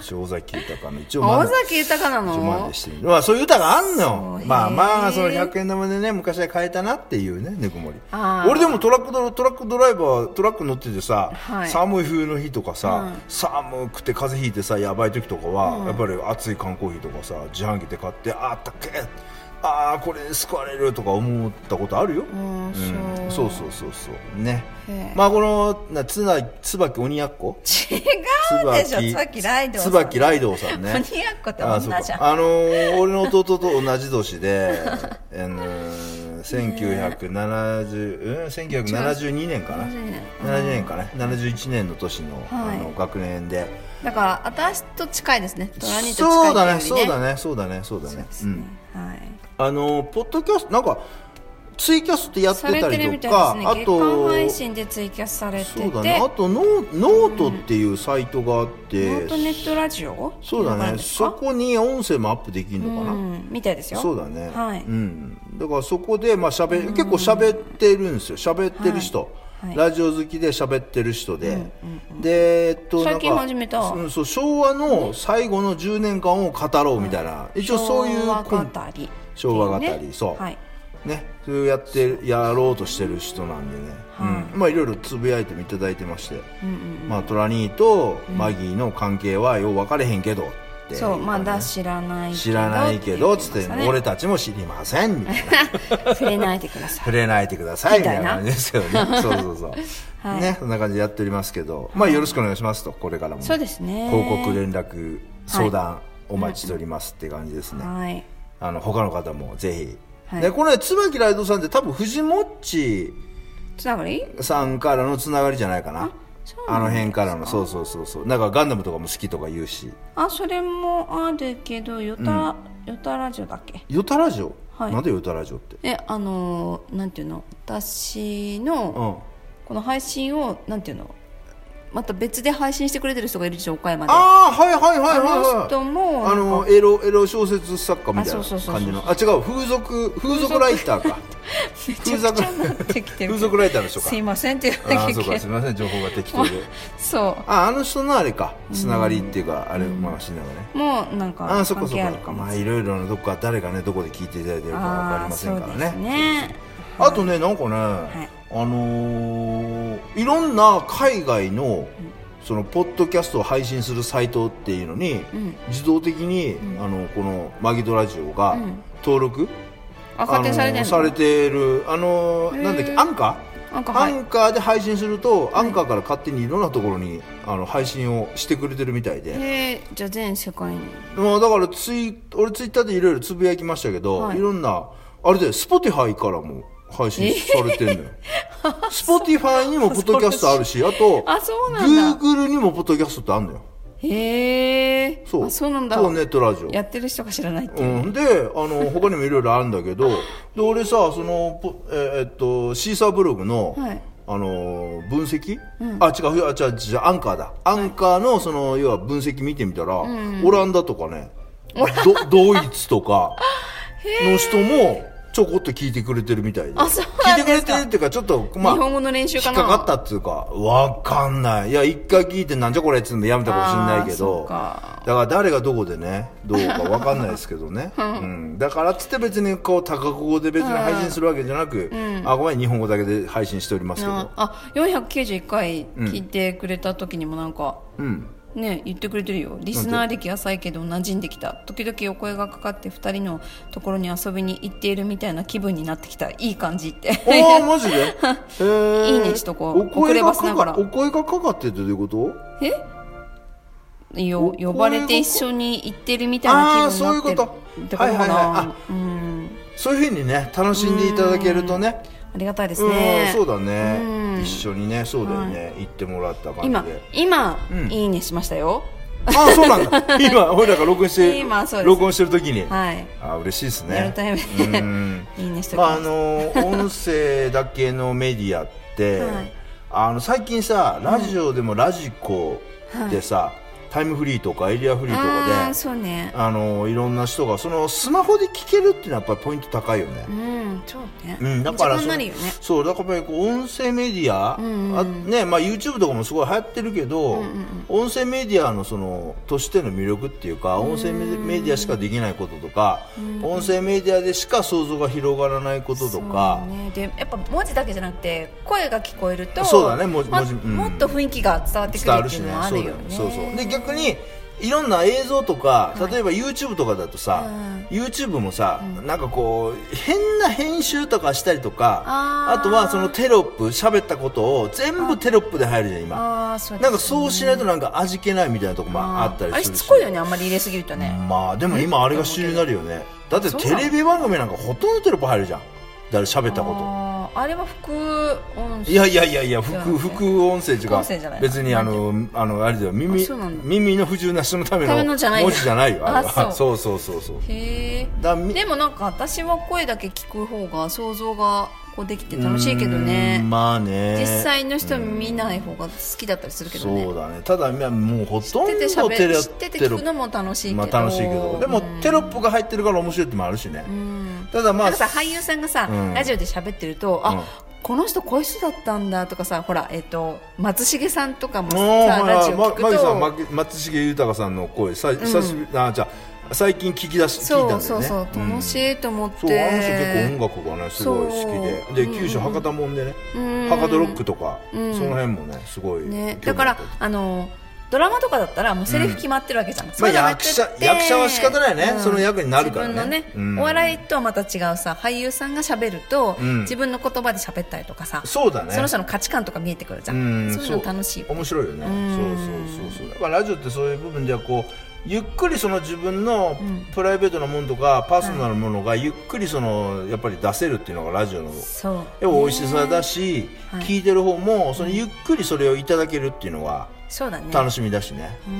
一応尾崎豊の一応
尾
まだ
崎豊な
一応ま
の
でしてみるまあそういう歌があんの
そう
まあ
へえ
まあその100円玉でね昔は買えたなっていうねぬくもり
あー
俺でもトラックドトラックドライバートラック乗っててさ、
はい
寒い冬の日とかさ、寒くて風邪ひいてさやばい時とかは、やっぱり熱い缶コーヒーとかさ自販機で買ってあーったけああこれ救われるとか思ったことあるよ、
うん
うん
そ
そううそうそうそうね
へえ
まあこのなつな椿鬼奴
違うでしょ椿ライドさん
椿ライドウさんね
鬼奴って
あそうか
女じゃん
あのー俺の弟と同じ年で、 あのー、1970、うん、1972年かな。
72年
70年かね。71年の年の,、
はい
あの学年で。
だから私と近いですねトラニーと近い
そうだね、
ってい
そう
より
だね、そうだね、そうだね。う
ね
ん。
はい
あのー、ポッドキャスト、なんか、ツイキャスってやって
され
た
てる
り
み
と
たい
か、
ですね
あ
月間
と、
配信でツイキャスされてて
そうだね、あ
ノ
とノーノートっていうサイトがあって、
ートネットラジオ
そうだね、そこに音声もアップできる
う
のかな。
んみたいですよ
そうだね、
はい
うん、だからそこで、まあ、しゃべ結構喋ってるんですよ喋ってる人、
はいはい
ラジオ好きで喋ってる人で、でえっと
最近
なんか
始めた
うん、そう昭和の最後の10年間を語ろうみたいな、一応そういう
昭和
コ
語
ン
り
昭和語り、
ね
そう、
はい
ねそれをやってやろうとしてる人なんでね、うん、まあいろいろつぶやいてもいただいてまして、まあ、トラニーとマギーの関係はよう分かれへんけどってい
そうま
感じ
だ知らないけど
知らないけどつって
言いま
俺
した
た
ね
ちも知りませんみたいな
触れないでくださ い
触れないでくださいみ
みた
た
い
い
な
な感じですけど ねそうそうそう、
はい
ねそんな感じでやっておりますけどまあよろしくお願いしますとこれからも
そうですね
報告連絡相談お待ちしておりますって感じですね、
はい
あの他の方もぜひ、
はい
でこれね椿ライドさんって多分藤もっち
つながり
さんからのつながりじゃないかな
そう
あの辺からのそうそうそうそうなんかガンダムとかも好きとか言うし
あそれもあるけどよた、よたラジオだっけ
ヨタラジオ、
はい
なんでヨタラジオって
えあのーなんていうの私
う
の
ん
この配信をなんていうのまた別で配信してくれてる人がいるでしょ岡山で あ
ああはいはいはいはい、はい、
の人も
あのエロエロ小説作家みたい
あそ
な
うそうそうそう
感じのあ違う風俗風俗ライターか
めちゃくちゃなってきてる
風俗ライターの人か
すいませんって言わ
ああ
なきゃ
そ
いうけな
か
い
すみません情報が適当で
そ
ああの人のあれかつながりっていうか、あれまあしながらね
うもうなんか
ああそっか
関
そっ
係ある
か
か
ま
も
あ
しれない
いろいろなどこか誰がねどこで聞いていただいてるかわかりませんから
あーそうです
ね
ね
あとねなんかね、
い
あのーいろんな海外のそのポッドキャストを配信するサイトっていうのに、
ん
自動的に、あのこのマギドラジオが登録、
あ勝手にされてん
あ
の
のされてるあの
へー
なんだっけアンカ
アンカ
ー
ーはい
アンカーで配信すると、アンカーから勝手にいろんなところにあの配信をしてくれてるみたいで、
へえじゃあ全世界に
まあ、だからツイ俺ツイッターでいろいろつぶやきましたけど、
はい
い、ろんなあれで Spotify からも配信されてるの よ Spotify にもポッドキャストあるしあと
あそうなんだ
Google にもポッドキャストってあるのよ
へえ
そう
あそうなんだ
そうネットラジオ
やってる人か知らないって
う、
いうん
であの他にもいろいろあるんだけどで俺さそのポえーえっとシーサーブログの、
はい
あの分析、あ違うあ違う違うアンカーだアンカーのその要は分析見てみたら、オランダとかねドドイツとかの人もちょこっと聞いてくれてるみたいで
あそうなんですか
聞いてくれてるっていうかちょっとまあ
日本語の練習かな
引っかかったっていうかわかんないいや一回聞いてなんじゃこれっつうのやめたかもしれないけ
あーそう
ど
か
だから誰がどこでねどうかわかんないですけど ね、うん、だからっつって別にこう多国語で別に配信するわけじゃなく、あごめん日本語だけで配信しております けど
ああ491回聞いてくれた時にもなんか、
うん
ね言ってくれてるよリスナー歴浅いけど馴染んできた時々お声がかかって2人のところに遊びに行っているみたいな気分になってきたいい感じって
ああマジで、えー
いいねしとこう
お声が
遅ればせな
か
が
からお声がかかってってどういうこと
えよ呼ばれて一緒に行ってるみたい
あ
な
ー
気
そ
分
うい
に
う
なって
こ
る
と
ってことか
はいはいはい
なうん
そういうふうにね楽しんでいただけるとね
ありがたいです
うん
ね
そうだね、
うん
一緒にねそうだよね、行ってもらった感じ
今
で
今、
うん
いいねしましたよ
ああそうなんだ今俺らが録音して
今そうです
録音してる時に、
はい
あー嬉しいですね
リアルタイムで
うん
いいねしとき
まあ
ま
あ
す、
の音声だけのメディアって、
はい
あの最近さラジオでもラジコでさ、タイムフリーとかエリアフリーと
あ
か
ー
で
そうね
あのいろんな人がそのスマホで聞けるっていうのはやっぱりポイント高いよね
う、んそうね、
うんだから
一番
そ
なるよね
そうだからやっぱりこう音声メディア、
ん
あねまあ、YouTube とかもすごい流行ってるけど、音声メディアのそのとしての魅力っていうか音声メメディアしかできないこととか、音声メディアでしか想像が広がらないこととか。
そうね、でやっぱ文字だけじゃなくて声が聞こえると
そうだね文字
ま
文字うん
もっと雰囲気が伝わってくる
伝わ
っ
る
てい
し
う
ね
のはあ
そ
る
うだ
よ
よ
ね
そうそうで逆にいろんな映像とか例えば YouTube とかだとさ、YouTube もさ、なんかこう変な編集とかしたりとか
あ
あ
ー
とはそのテロップ喋ったことを全部テロップで入るじゃん今
ああそう
なんかそうしないとなんか味気ないみたいなとこもあったり
あれ
す
し
るし
つこいよねあんまり入れすぎるとね、
まあでも今あれが主流になるよねだってテレビ番組なんかほとんどテロップ入るじゃん誰喋ったこと
あーあれは副音声
いやいやいやいや、
じゃあ
副副音声というか
副音声じゃない、
別にあの、あの、あれだよ、耳
あそうなんだ、
耳の不自由な人のため
ため
の文
の
字
じゃないんだ
じゃないよ、あれ
あ
は。そう そうそうそう。
へえ
だみ
でもなんか私は声だけ聞く方が想像がこうできて楽しいけどね
う、んまあね。
実際の人見ない方が好きだったりするけどね
そうだね。ただ、まあもうほと
知っ
ん
てて
ど
喋
テ
る
ロ
知ってて聞くのも楽しいけど、
まあ楽しいけど、でもテロップが入ってるから面白いってのもあるしね。ただま
な
あ
んか、さ俳優さんがさ、
うん
ラジオで喋ってると、
うん
あこの人こういう人だったんだとかさほら、えっと松重さんとかもさ、
もうはい
ラ
は
ジ
い
オ
ま
聞く
マギさんま
と、
き松重豊さんの声、さ久しぶり、あ、じゃあ最近聞き出し、聞いたんだ
そ
よ
う
ね。
そうそう、
うん
楽しいと思って
そうあの人結構音楽がねすごい好きでで
そう
九州博多もんでね、
うん
博多ロックとか、
うん
その辺もねすごい興味あっ
ね
た、り
だからあのドラマとかだったらもうセリフ決まってるわけじゃん、そうじゃなくて
まあ役者役者は仕方ないねその役になるからね
自分のね、
うん
お笑いとはまた違うさ俳優さんが喋ると、
うん
自分の言葉で喋ったりとかさ
そうだね
その人の価値観とか見えてくるじゃん、
うん
そういうの楽しいよね
面白いよね、そうそうそうそうだからラジオってそういう部分ではこうゆっくりその自分のプライベートなものとか、パーソナルなものがゆっくりそのやっぱり出せるっていうのがラジオの
そう
やっぱ美味しさだし、
はい
聞いてる方もそのゆっくりそれをいただけるっていうのは
そうだね
楽しみだしね、う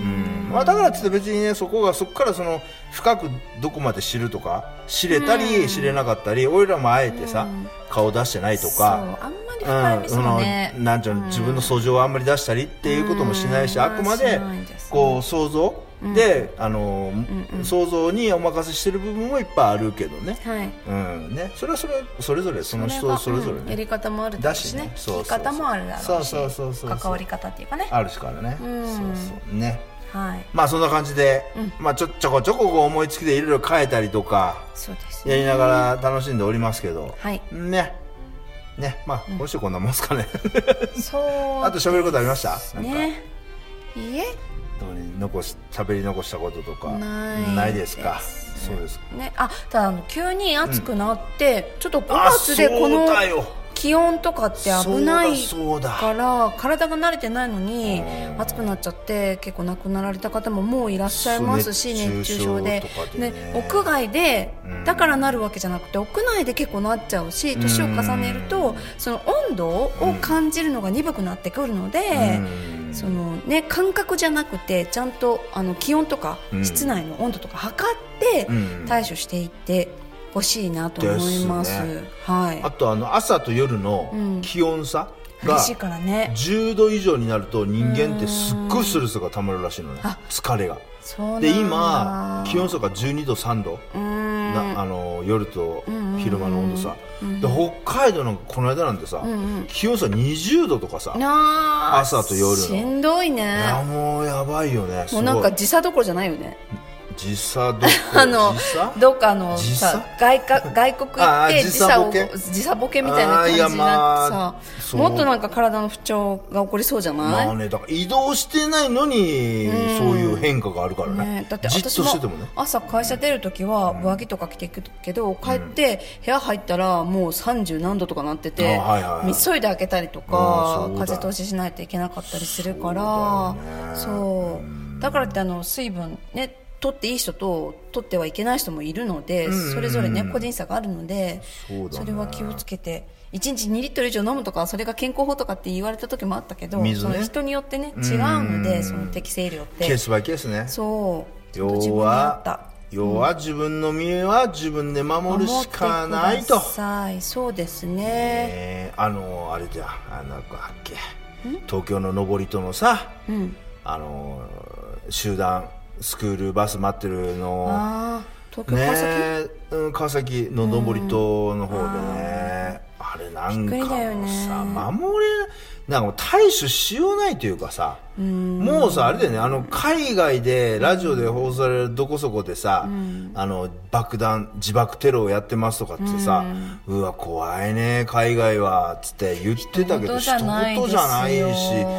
んまあ、だからっつって別にねそこがそこからその深くどこまで知るとか知れたり知れなかったり俺らもあえてさ顔出してないとか。
そうあんまり
うん
深いです
そ
も
の
ね、
なんちゅうの自分の素性をあんまり出したりっていうこともしないし
うん
あくまで
しないですね
こう想像で、あの想像にお任せしてる部分もいっぱいあるけどね,、
はい
うん、ねそれはそれそれぞれその人それぞれ
うんやり
ね、
方もあるだろうしね
だしねそうそう
聞き方もあるだ
そ
ろ
う
うし
そうそうそう
関わり方っていうかね
あるしからね、
うん
そうそうね
はい
まあそんな感じで、まあちょちょこちょここう思いつきでいろいろ変えたりとか
そうです
や
ね
りながら楽しんでおりますけど、
はい
ねねまあ今週こんなもんすか ね
そう
あと喋ることありましたなんか
ねいいえ
特に残し喋り残したこととか
ない
ですかそうですか
ね、あただあの急に暑くなって、ちょっと5
あ
月でこの
そうだよ
気温とかって危ない
そうだそ
か
うだ
ら体が慣れてないのに
うん
暑くなっちゃって結構亡くなられた方ももういらっしゃいますし
そう
熱中症で
熱中症とかでね
屋外で
うん
だからなるわけじゃなくて屋内で結構なっちゃうし年を重ねるとその温度を感じるのが鈍くなってくるので。
うん
そのね、感覚じゃなくてちゃんとあの気温とか
うん
室内の温度とか測って
うん
対処していってほしいなと思います。
です
はい、
あとあの朝と夜
う
の
ん
気温差が
嬉しいからね。
10度以上になると人間ってすっごいストレスがたまるらしいのね
あ
疲れが
そうなん
で
だ
今気温差が12度3度
うーん
なあの夜と昼間の温度差で北海道のこの間なんてさ気温差20度とかさ
なあ
朝と夜の
しんどいね
いやもうやばいよねす
も
ご
う
い
なんか時差どころじゃないよね
時差どこ
あの
時差
どっかあの
時差
さ外 か外国行
あ
っ
あ
て
時差ボ
時
ケ
差を時差ボケみたいな感じになってさ、
ああいやまあそう
もっとなんか体の不調が起こりそうじゃない、
まあねだから移動してないのにそういう変化があるからね
ね、だって
じっと
私
しててもね
も朝会社出る時は上着とか着ていくけど帰って部屋入ったらもう30何度とかなってて
あはいはいはい
急いで開けたりと
あ
か
そうだ
風通ししないといけなかったりするから
そうだ
そうだからってあの水分ね取っていい人と取ってはいけない人もいるのでそれぞれね個人差があるので
そうだね
それは気をつけて1日2リットル以上飲むとかそれが健康法とかって言われた時もあったけど
水
そ
ね
の人によってね違うのでその適正量って
ケースバイケースね
そう。
要
自分に合った
は要は自分の身は自分で守るしかないと
守ってくださいそうですね。
えーあのあれじゃあのあっけ東京の上りとのさあの集団スクールバス待ってるの
ああ、東京
ね
川崎、
え、うん、川崎の上り島の方でね、あれなんか
びっくりだよ
もうさ、
ね
守れなんかもう対処しようないというかさもうさあれだよねあの海外でラジオで放送されるどこそこでさ、あの爆弾自爆テロをやってますとかってさ、うわ怖いね海外はつって言ってたけど
人事じゃないで
人
すよ
事じゃないし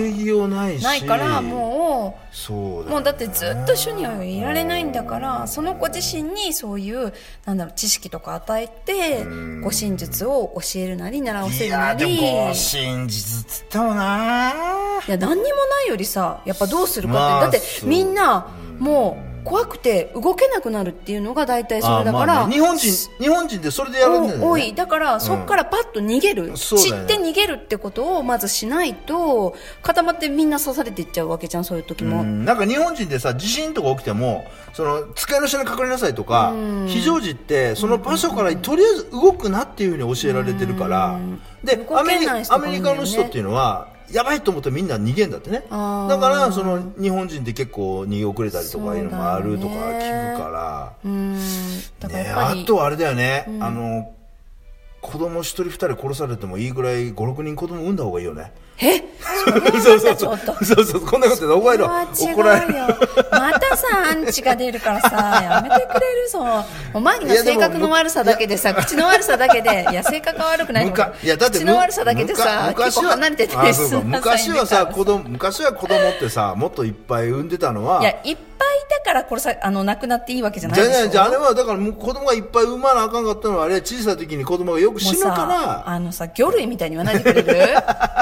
防ぎようないし
ないからもう。
そうだよね
もうだってずっと主にはいられないんだからその子自身にそういうなんだろう知識とか与えて護身術を教えるなり習わせ
い
るな
やで
り
も
いや
真実っつってもな
何にもないよりさやっぱどうする
まあ
かってだっ
そ
て
う
みんなもう怖くて動けなくなるっていうのが大体それだから、
日本人日本人ってそれでやるんだよね
お多いだからそこからパッと逃げる、
そうだ
散
よね
って逃げるってことをまずしないと固まってみんな刺されていっちゃうわけじゃんそういう時
う
も、
んなんか日本人ってさ地震とか起きてもその机の下に隠れなさいとか非常時ってその場所からとりあえず動くなっていうふうに教えられてるからで
動
アメ
け
リ
ない
ア
人が
メ
多い
リ
んだ
カ
よね
の人っていうのはやばいと思ってみんな逃げんだってねだ
あー
からその日本人って結構逃げ遅れたりとかいうのがあるとか聞くから。
うんだから
ね、
やっぱ
あ
り、
とはあれだよね、あの子供一人二人殺されてもいいぐらい56人子供産んだ方がいいよね
え
そうそう
ち
そ
ょ
う
っと
そうそうこんなこと言ったら怒
それ
ら
は
れ
違
る
うよまたさアンチが出るからさやめてくれるぞお前の
いやで
性
も
格の悪さだけでさ口の悪さだだけでいや性格は悪くない
む
の
かいやだって
口の悪さだけでさ
むか
結構離れてて
あそうか
すん なさい
昔はさ
みたいな
子供昔は子供ってさもっといっぱい産んでたのはい
やいっぱいいたから殺さあの亡くなっていいわけじゃない
じゃ
でし
あ
ょ
ねじゃああれはだからもう子供がいっぱい産まなあかんかったのはあれは小さい時に子供がよく
もう
死ぬ
さ
から
あのさ魚類みたいに言わないでくれる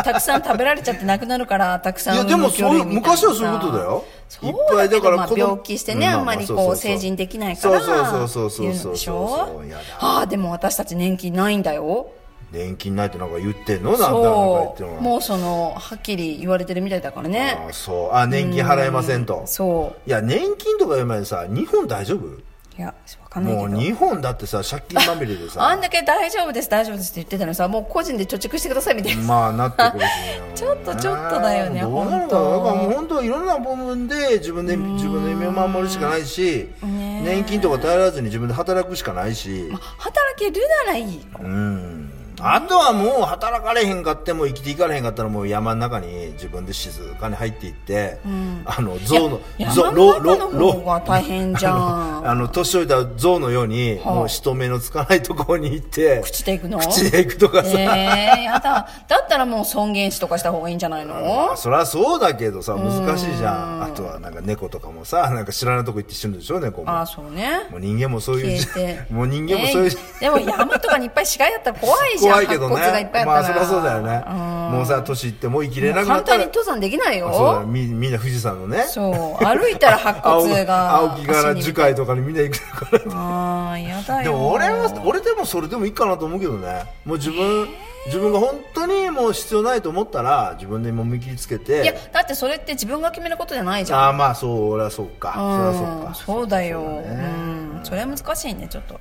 たくさん食べられちゃってなくなるからたくさん
いやでもそういう昔はそういうことだよ
いっぱいだから、まあ、病気してね、
うん
あんまり
まあ
こ
ま
う
あそうそうそう
成人できないから
そうそうそうそうそう
言んでし
そうそう
ょ
そうやだ
ああでも私たち年金ないんだよ
年金ないってなんか言ってんのなんだなんか言っ
そ
て
うん
の
もうそのはっきり言われてるみたいだからね
あそうあ年金払えませんと
そ
いや年金とか言う前にさ日本大丈夫
ういやわかんない
も
け
う
ど
日本だってさ借金まみれでさ
あんだけ大丈夫です大丈夫ですって言ってたのにさもう個人で貯蓄してくださいみたいな
まあなってくるしね
ちょっとちょっとだよね
どうなの
本
か
当
なだからもう本当いろんなな部分で自分で自分の夢を守るしかないし、
ねえ
年金とか頼らずに自分で働くしかないし、
働けるならいい
うんあとはもう働かれへんかっても生きていかれへんかったらもう山の中に自分で静かに入っていって、あの象の
いや
象
山
ロ
の
ロ
中の
ロ
方が大変じ ゃん
あの年老いた象のように、
あ
もう人目のつかないところに行って
口で行くの
口で行くとかさ、
ええやだだったらもう尊厳死とかした方がいいんじゃないの
そりゃそうだけどさ難しいじゃんあとはなんか猫とかもさなんか知らないとこ行って死ぬでしょ猫も
ああそうね
もう人間もそういう時
消えて
もう人間もそういう時、
えーでも山とかにいっぱい死骸だったら怖いじゃ ん
怖いけどね
白骨がいっぱいあったら
まあそりゃそうだよね
ん
もうさ年いってもう生きれなくな
簡
った
単に
ら
登山できないよ
あそうだみみんな富士山のね
そう歩いたら白
青
骨 が
青木から樹海とかにみんな行くから
ああやだよ
でも俺は俺でもそれでもいいかなと思うけどねもう自分自分が本当にもう必要ないと思ったら自分でもう見切りつけ
いや
て
だってそれって自分が決めることじゃないじゃん
ああまあそう俺はそうかそれはそう
う
か
んそうだよ
そう
う
だね
んそれは難しいねちょっと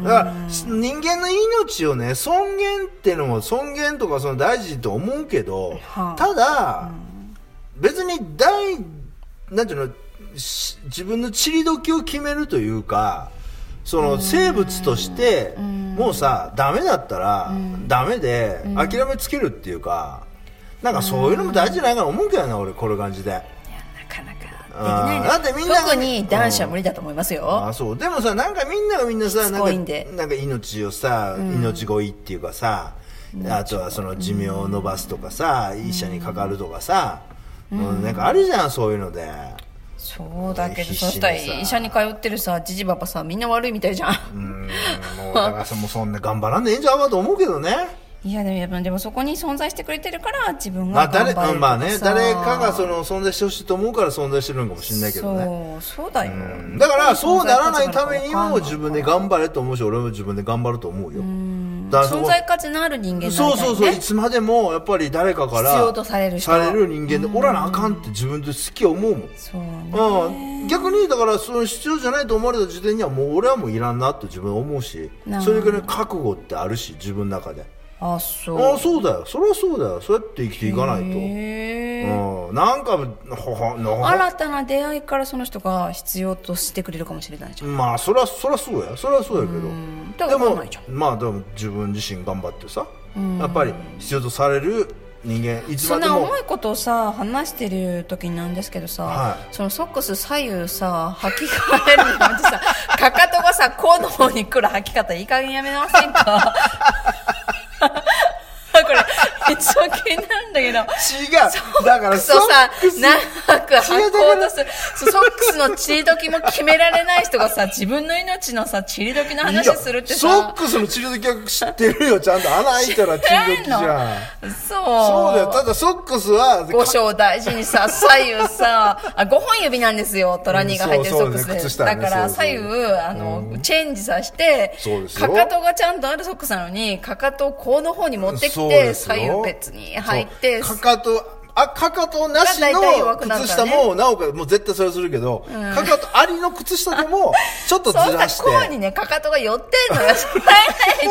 だからし人間の命をね尊厳っていうのも尊厳とかその大事と思うけど、
はあ
ただ、別に大なんていうのし自分の地理時を決めるというかその生物としてもうさダメだったらダメで諦めつけるっていうかなんかそういうのも大事じゃないかな思うけどな俺この感じで。
いやなかなかできないね
あーだってみんな
特に男子は無理だと思いますよ
あそうでもさなんかみんながみんなさ
しつ
な
こい
ん
ん
か
で
なんか命をさ命乞いっていうかさ、あとはその寿命を延ばすとかさ、医者にかかるとかさ、もうなんかあるじゃんそういうので
そうだけど
必死
そ
にさ
したら医者に通ってるさじじばばさみんな悪いみたいじゃん
うんもうだからさもうそんな頑張らんでいいんちゃうかと思うけ どね
いやでもやっぱでもそこに存在してくれてるから自分
ま
が
あ誰
頑張れる
うんまあね
とかさ
誰かがその存在してほしいと思うから存在してるのかもしれないけどね
そうそうだよ
うんだからそうならないためにも自分で頑張れと思うし俺も自分で頑張ると思うよだからそこ
存在価値のある人間になりたい
そう
ね
そうそういつまでもやっぱり誰かから
必要とされる人
人間でおらなあかんって自分で好き思うもん
そうね
うん、逆にだからその必要じゃないと思われた時点にはもう俺はもういらんなと自分は思うし
なあ
それぐらい覚悟ってあるし自分の中で
あそう
ああそうだよそれはそうだよそうやって生きていかない
へえ
と、うん、なんかほほな
新たな出会いからその人が必要としてくれるかもしれないじゃん
まあそりゃそりゃそうやそりゃそうやけど
だか
で
ら分かん
も
ないじゃん
まあでも自分自身頑張ってさやっぱり必要とされる人間いつ
そ
ま
ん
で
な
も
重いことをさ話してる時になんですけどさ、
はい
そのソックス左右さ履き替えるのやめてさ かかとがさ甲の方に来る履き方いい加減やめませんか これ一応気になるんだけど
違うだから
そうさ
ソックス
長く
違う
履
だか
こう
ら
とするそうソックスのちりどきも決められない人がさ自分の命のさちりどきの
いや
話するってさ
ソックスのチルドキは知ってるよちゃんと穴開いたらチ ルドキじゃん
そう
そうだよただソックスは
五所を大事にさ、左右さ、あ、五本指なんですよ、トラニーが入ってる
うんそ
ソ
う
ック
そ
ス
うね
で。
靴下ね
だか
そ
ら
うそう
左右、あの、チェンジさせて
そうで、すよ
かかとがちゃんとあるソックスなのに、かかとをこうの方に持ってき
そう
て、
ですよ
左右別に入って、
そうかかとあかかとなし
が
の
大体弱くなる
靴
から
下
ね
もなおかつもう絶対それはするけど、かかとありの靴下でもちょっとず
そう
らし
した
て
らこうにね、かかとが寄って んのよ。それが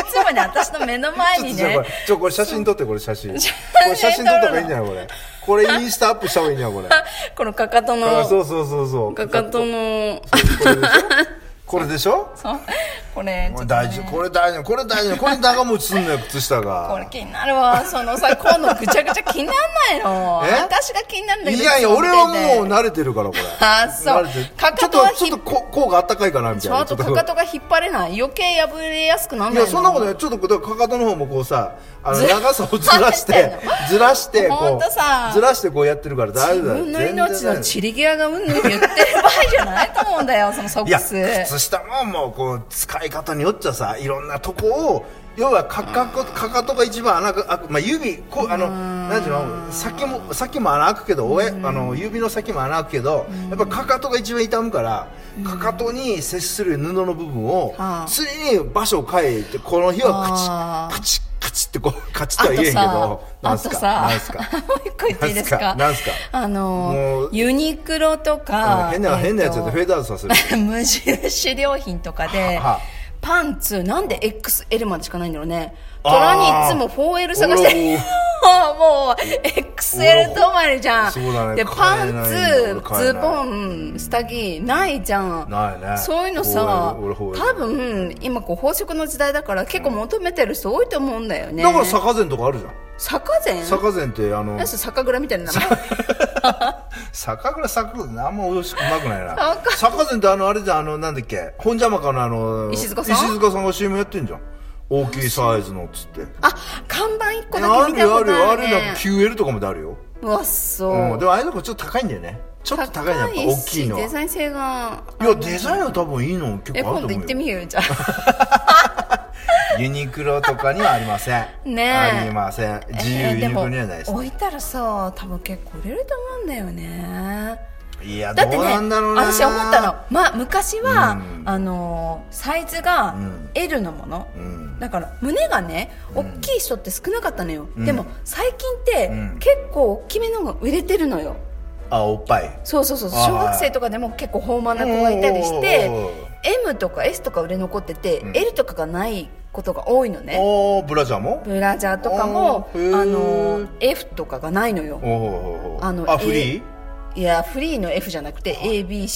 いつもね、私の目の前
ちょっ
に
とじゃあ
ね
これ。ちょこれ写真撮ってこれ写 真こ
写真
れ写真撮った方がいいんじゃないこれこれインスタアップした方がいいんじゃないこ れ
このかかと
あそ
の、
うそうそうそう
かかとの、
これでしょこれでしょ
そうこれ、
これ大事これ大事これ大事これ長持ちすんの よ靴下が
これ気になるわそのさ今度ぐちゃぐちゃ気になんないの
え
私が気になるんだけ
い
ど
やいや、俺はもう
う
慣れてるから、これ。
あそう
慣れてる
かかとは
ちょっと、ちょっとこ、甲があったかいかな、みた
ち
いな。
ょっとかかとが引っ張れない余計破れやすくなんないの
や、そんなことない。ちょっと、だからかかとの方もこうさ、あの、長さをずらし
ずらしてん
て
の、
ずらして、
ほ
こ
んとさ
う、ずらしてこうやってるから大
自
丈夫だよ。
分の命の
ち
散り際がうんぬん言ってる場合じゃないと思うんだよそのソ
い
ッ
や、
クス
靴下ももう、こう、使い方によっちゃさ、いろんなとこを、要はかかと、かかとが一番穴が開く、まあ、指、こう、あの、なんていうの、先も、先も穴開くけど、おえ、あの、指の先も穴開くけど、やっぱかかとが一番痛むから、かかとに接する布の部分を
あ、
常に場所を変えて、この日は
あ
カチ、カチ、カチってこう、カチっては言えへんけど、
あ
す
と
か、
さ
なんすか。
もう一個言っていいですか
なんすかも
あの
う
ユニクロと
う
か
ん変な、変なやつ
え
や
っ
っ
と
てフェードアウトさせる。
無印良品とかで
はあ
パンツなんで XL までしかないんだろうねトラにいつも 4L 探して
俺
もう XL 止まりじゃん
そうだね
でパン
買えない
ツ
俺買えない
ズボン下着ないじゃん
ないね
そういうのさ
俺俺俺
多分今こう宝飾の時代だから結構求めてる人多いと思うんだよね
だから坂膳とかあるじゃん
坂膳
坂膳ってあの
なんす酒蔵みたいな名前
酒蔵酒蔵あんま美味しくうまくないな
酒
坂膳ってあのあれじゃんあのなんだっけ本邪魔かのあの
石塚さん
石塚さんが CM やってんじゃん大きいサイズのっつって
あ看板一個だ
あ
け見
る
た
よ
こ
ある
と
よ
あ
あ
る
る
ね
よ QL とかもであるよ
うわそう、
うんでもああいうとこちょっと高いんだよねちょっと高いじゃんやっぱ大きいのは
デザイン性が
いやデザインは多分いいの結
え
構ある
今度
と思
行っ
う
て
よ
みようよじゃあ
ユニクロとかにはありません
ねえ
ありません 自由ユニクロにはないです
えーも置いたらさ多分結構売れると思うんだよね
いや
だっ
ど
て
う
ね
なんだろうな
私思ったの、まあ、昔は、
うん
あのーサイズが
うん
L のもの、
うん
だから胸がね大きい人って少なかったのよ、
うん
でも最近って、
うん
結構大きめのが売れてるのよ
あおっぱい
そうそうそう
あー
小学生とかでも結構豊満な子がいたりして
おー
M とか S とか売れ残ってて、
ん
L とかがないことが多いのね
おーブラジャーも
ブラジャーとかも
おーへー
あの F とかがないのよ
おお
あの
あ
A-
フリー
いやフリーの F じゃなくて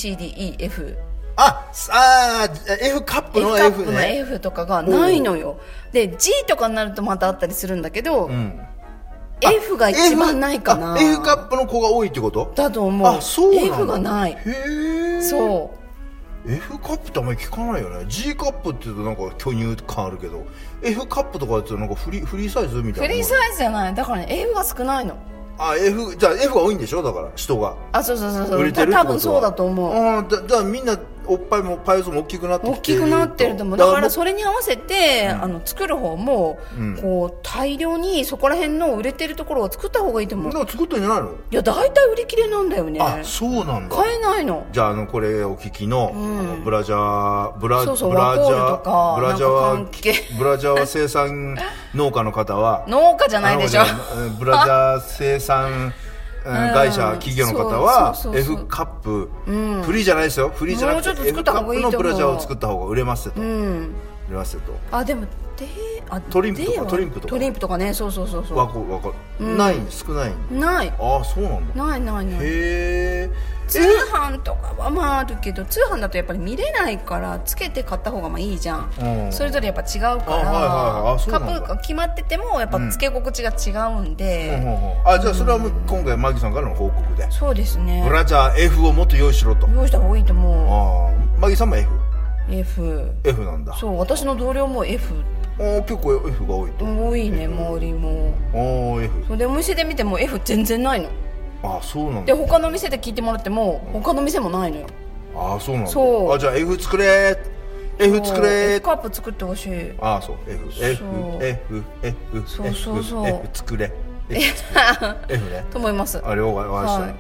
ABCDEF
ああー F カップ
F
の
カッ
F
プの
ね
F とかがないのよで G とかになるとまたあったりするんだけど、
うん
F が一番ないかな
あ F カップの子が多いってこと
だと思う
あそうなんだ
F がな
へ
い
え
そう
F カップってあんまり聞かないよね G カップって言うとなんか巨乳感あるけど F カップとかってなんかフリーフリーサイズみ
う
た
フ
いな
リーサイズじゃないだからね F が少ないの
あ F じゃあ F が多いんでしょだから人が
あそうそうそうそう
売れてるってこと
た
は
多分そうだと思う
あーだだからみんなおっぱいもパイオツも大きくなってきて
大きくなってると思うだからそれに合わせて、
ん
あの作る方も、
うん
こう大量にそこら辺の売れてるところを作った方がいいと思
だか
う
ら作ってんじゃないの
いや大体売り切れなんだよね
あそうなんだ
買えないの
じゃああのこれお聞きの,、
ん
あのブラジャーブラ
そうそう
ブラジャ
ワコールとか
ーブラジャーは
なんか関係
ブラジャーは生産農家の方は
農家じゃないでしょ
あのうんブラジャー生 産うん会社企業の方は
そうそうそうそう
F カップフリーじゃないですよフリーじゃなく
もうちょってと
F
作った
カ
方
ッ
がい
プ
いと
の
思う
ブラジャーを作った方が売れますよと
う
売
ん
れますよと
あでもであ
トリンプとか
では
トリンプとか
トリンプとかねそうそうそうそ
わ
う
こわこない少ない
ない
ああそうなんだ
ないないない
へえ
通販とかはまああるけど通販だとやっぱり見れないからつけて買った方がまあいいじゃん、
うん
それぞれやっぱ違うから、
あはいはいはいあそう
カ
なんだ
ップが決まっててもやっぱつけ心地が違うんで、
あじゃあそれはもう今回マギさんからの報告で
そうですね
ブラジャー F をもっと用意しろと
用意した方がいいと思
ああマギさんも FF
う F
なんだ
そう私の同僚も F
おー結構 F が多いと
多いね周りも
おお F
そうでお店で見ても F 全然ないの
ああそうなん
で
だ
他の店で聞いてもらっても他の店もないのよ
ああそうなんだ
そう
あじゃあ F 作れー F 作
そう
れ
F
ー
カップ作って ほしい
ああそう F
そ
F
う
F F
そうそうそう
F F 作れ F 作れ F ね
と思います
あれをわかりま
は
し
い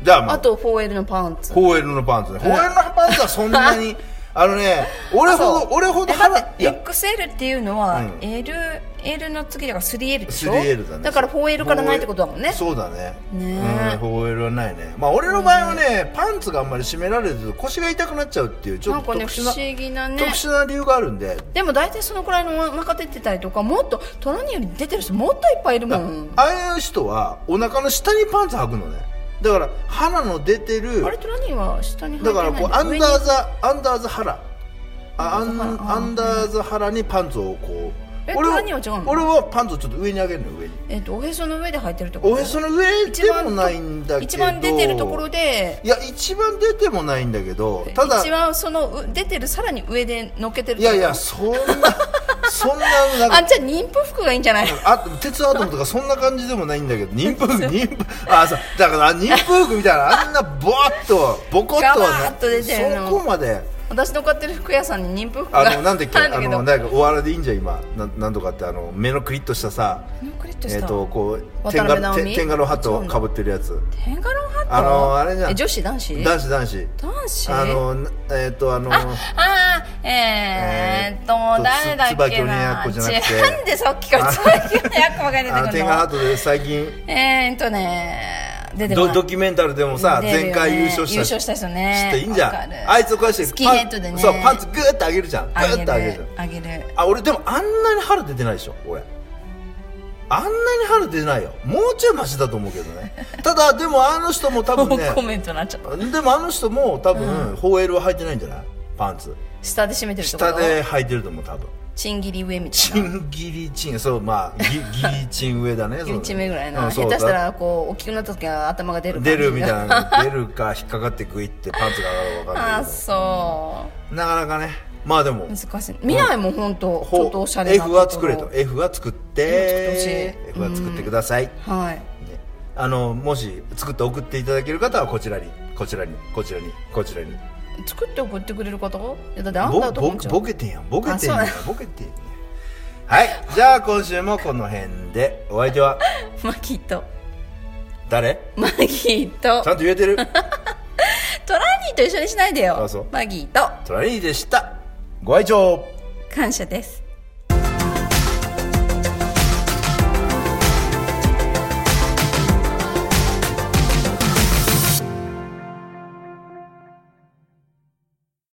たじゃあま
あ
あ
と 4L のパンツ
4L のパンツね 4L のパンツはそんな にあのね俺ほど俺ほど
えだ
腹
っ
い
て
や
XL っていうのは
うん
L,、L の次だから 3L でしょ
3L だね
から 4L からないってことだもんね
そうだね
ねえ
うん 4L はないねまあ俺の場合はねパンツがあんまり締められると腰が痛くなっちゃうっていうちょ
な
っ
ん
と
かね
特
不
殊
思
な
議なね
特殊な理由があるんで
でも大体そのくらいのお腹出てたりとかもっとトラニより出てる人もっといっぱいいるもん
ああいう人はお腹の下にパンツ履くのねだから腹の出てる
あれトラニは下に入
だ
ってな
か
い
らこ
ん
うアンダー
上に
ザアンダーザ腹あアン
アンダーザ腹
アンダーザ腹にパンツをこう
え
俺
何が違うの
俺はパンツをちょっと上に上げるのよ上に
えっとおへその上で履いてるってこと
おへその上でもないんだけど
一番出てるところで
いや一番出てもないんだけどただ
一番そのう出てるさらに上で乗っけてる
いやいやそんな そんななん
あ
か
じゃあ妊婦服がいいんじゃない
あ鉄アトムとかそんな感じでもないんだけど妊婦服妊婦あそうだから妊婦服みたいなあんなボワッとボコッとは
ガバーッと出てるの
そこまで
私の買ってる服屋さんに妊婦服が
あのなんだっけ
あ
あ
るんだけど
のなんかおわらでいいんじゃん今ななんとかってあの目のクリッとしたさ
目のクリッとした
えっとこう
渡
テン
辺
ガロ
直美
テンテンガロハットかぶってるやつ
テンガロンハット
あのあれじゃん
え女子男子
男子男子
男子
あのなえっとあの
あーえー、っと、
と
誰だっけな
つ椿鬼奴じゃなくて
違うんでさっきから椿鬼奴ばっかり出て
あ
く
の
る
テンガロハッ
の
トで最近
えー、っとね出てこ
ド
ない
ドキュメンタルでもさ、
出るよね
前回優勝した
優勝した人ね
知っていいんじゃ
わか
ん
る
あいつを返して
スキンヘッドでね
パンそうパンツグーって上げるじゃんグーって上
あ
げるじ
げ
ゃ
る
ん
あげる
あ俺でもあんなに腹出てないでしょ俺あんなに晴れてないよもうちょいマシだと思うけど ねただでもあの人も多分ね
コメントになっちゃった
でもあの人も多分、ホエールは履いてないんじゃないパンツ
下で締めてるってこと
下で履いてると思う多分
チン切り上みたいな
チンギリチンそうまあギ ギリチン上だね
ギリチン目ぐらいな、
うんそ
下
う
手
だ
したらこう大きくなった時は頭が出る
出るみたい
な
な出るか引っかかってグイってパンツが上がるか分かん
あ
ない
そ
けどなかなかねまあでも
う難しい見ないもん本当ち
ほ
ょっとおしゃれな
F は作れと
と
F は作っ
作って
て
ほしい
F は作ってください、
ころはい
ねあのもし作って送っていただける方はこちらにこちらにこちらにこちらに
作って送ってくれる方がいやだってあん
ぼ
たと思
ぼ
っちゃう
ボケてんやんボケてんや
あ
んボケてんやんはいじゃあ今週もこの辺でお相手は
マギーと
誰
マギーと
ちゃんと言えてる
トラニーと一緒にしないでよ
あそう
マギーと
トラリーでしたご愛聴
感謝です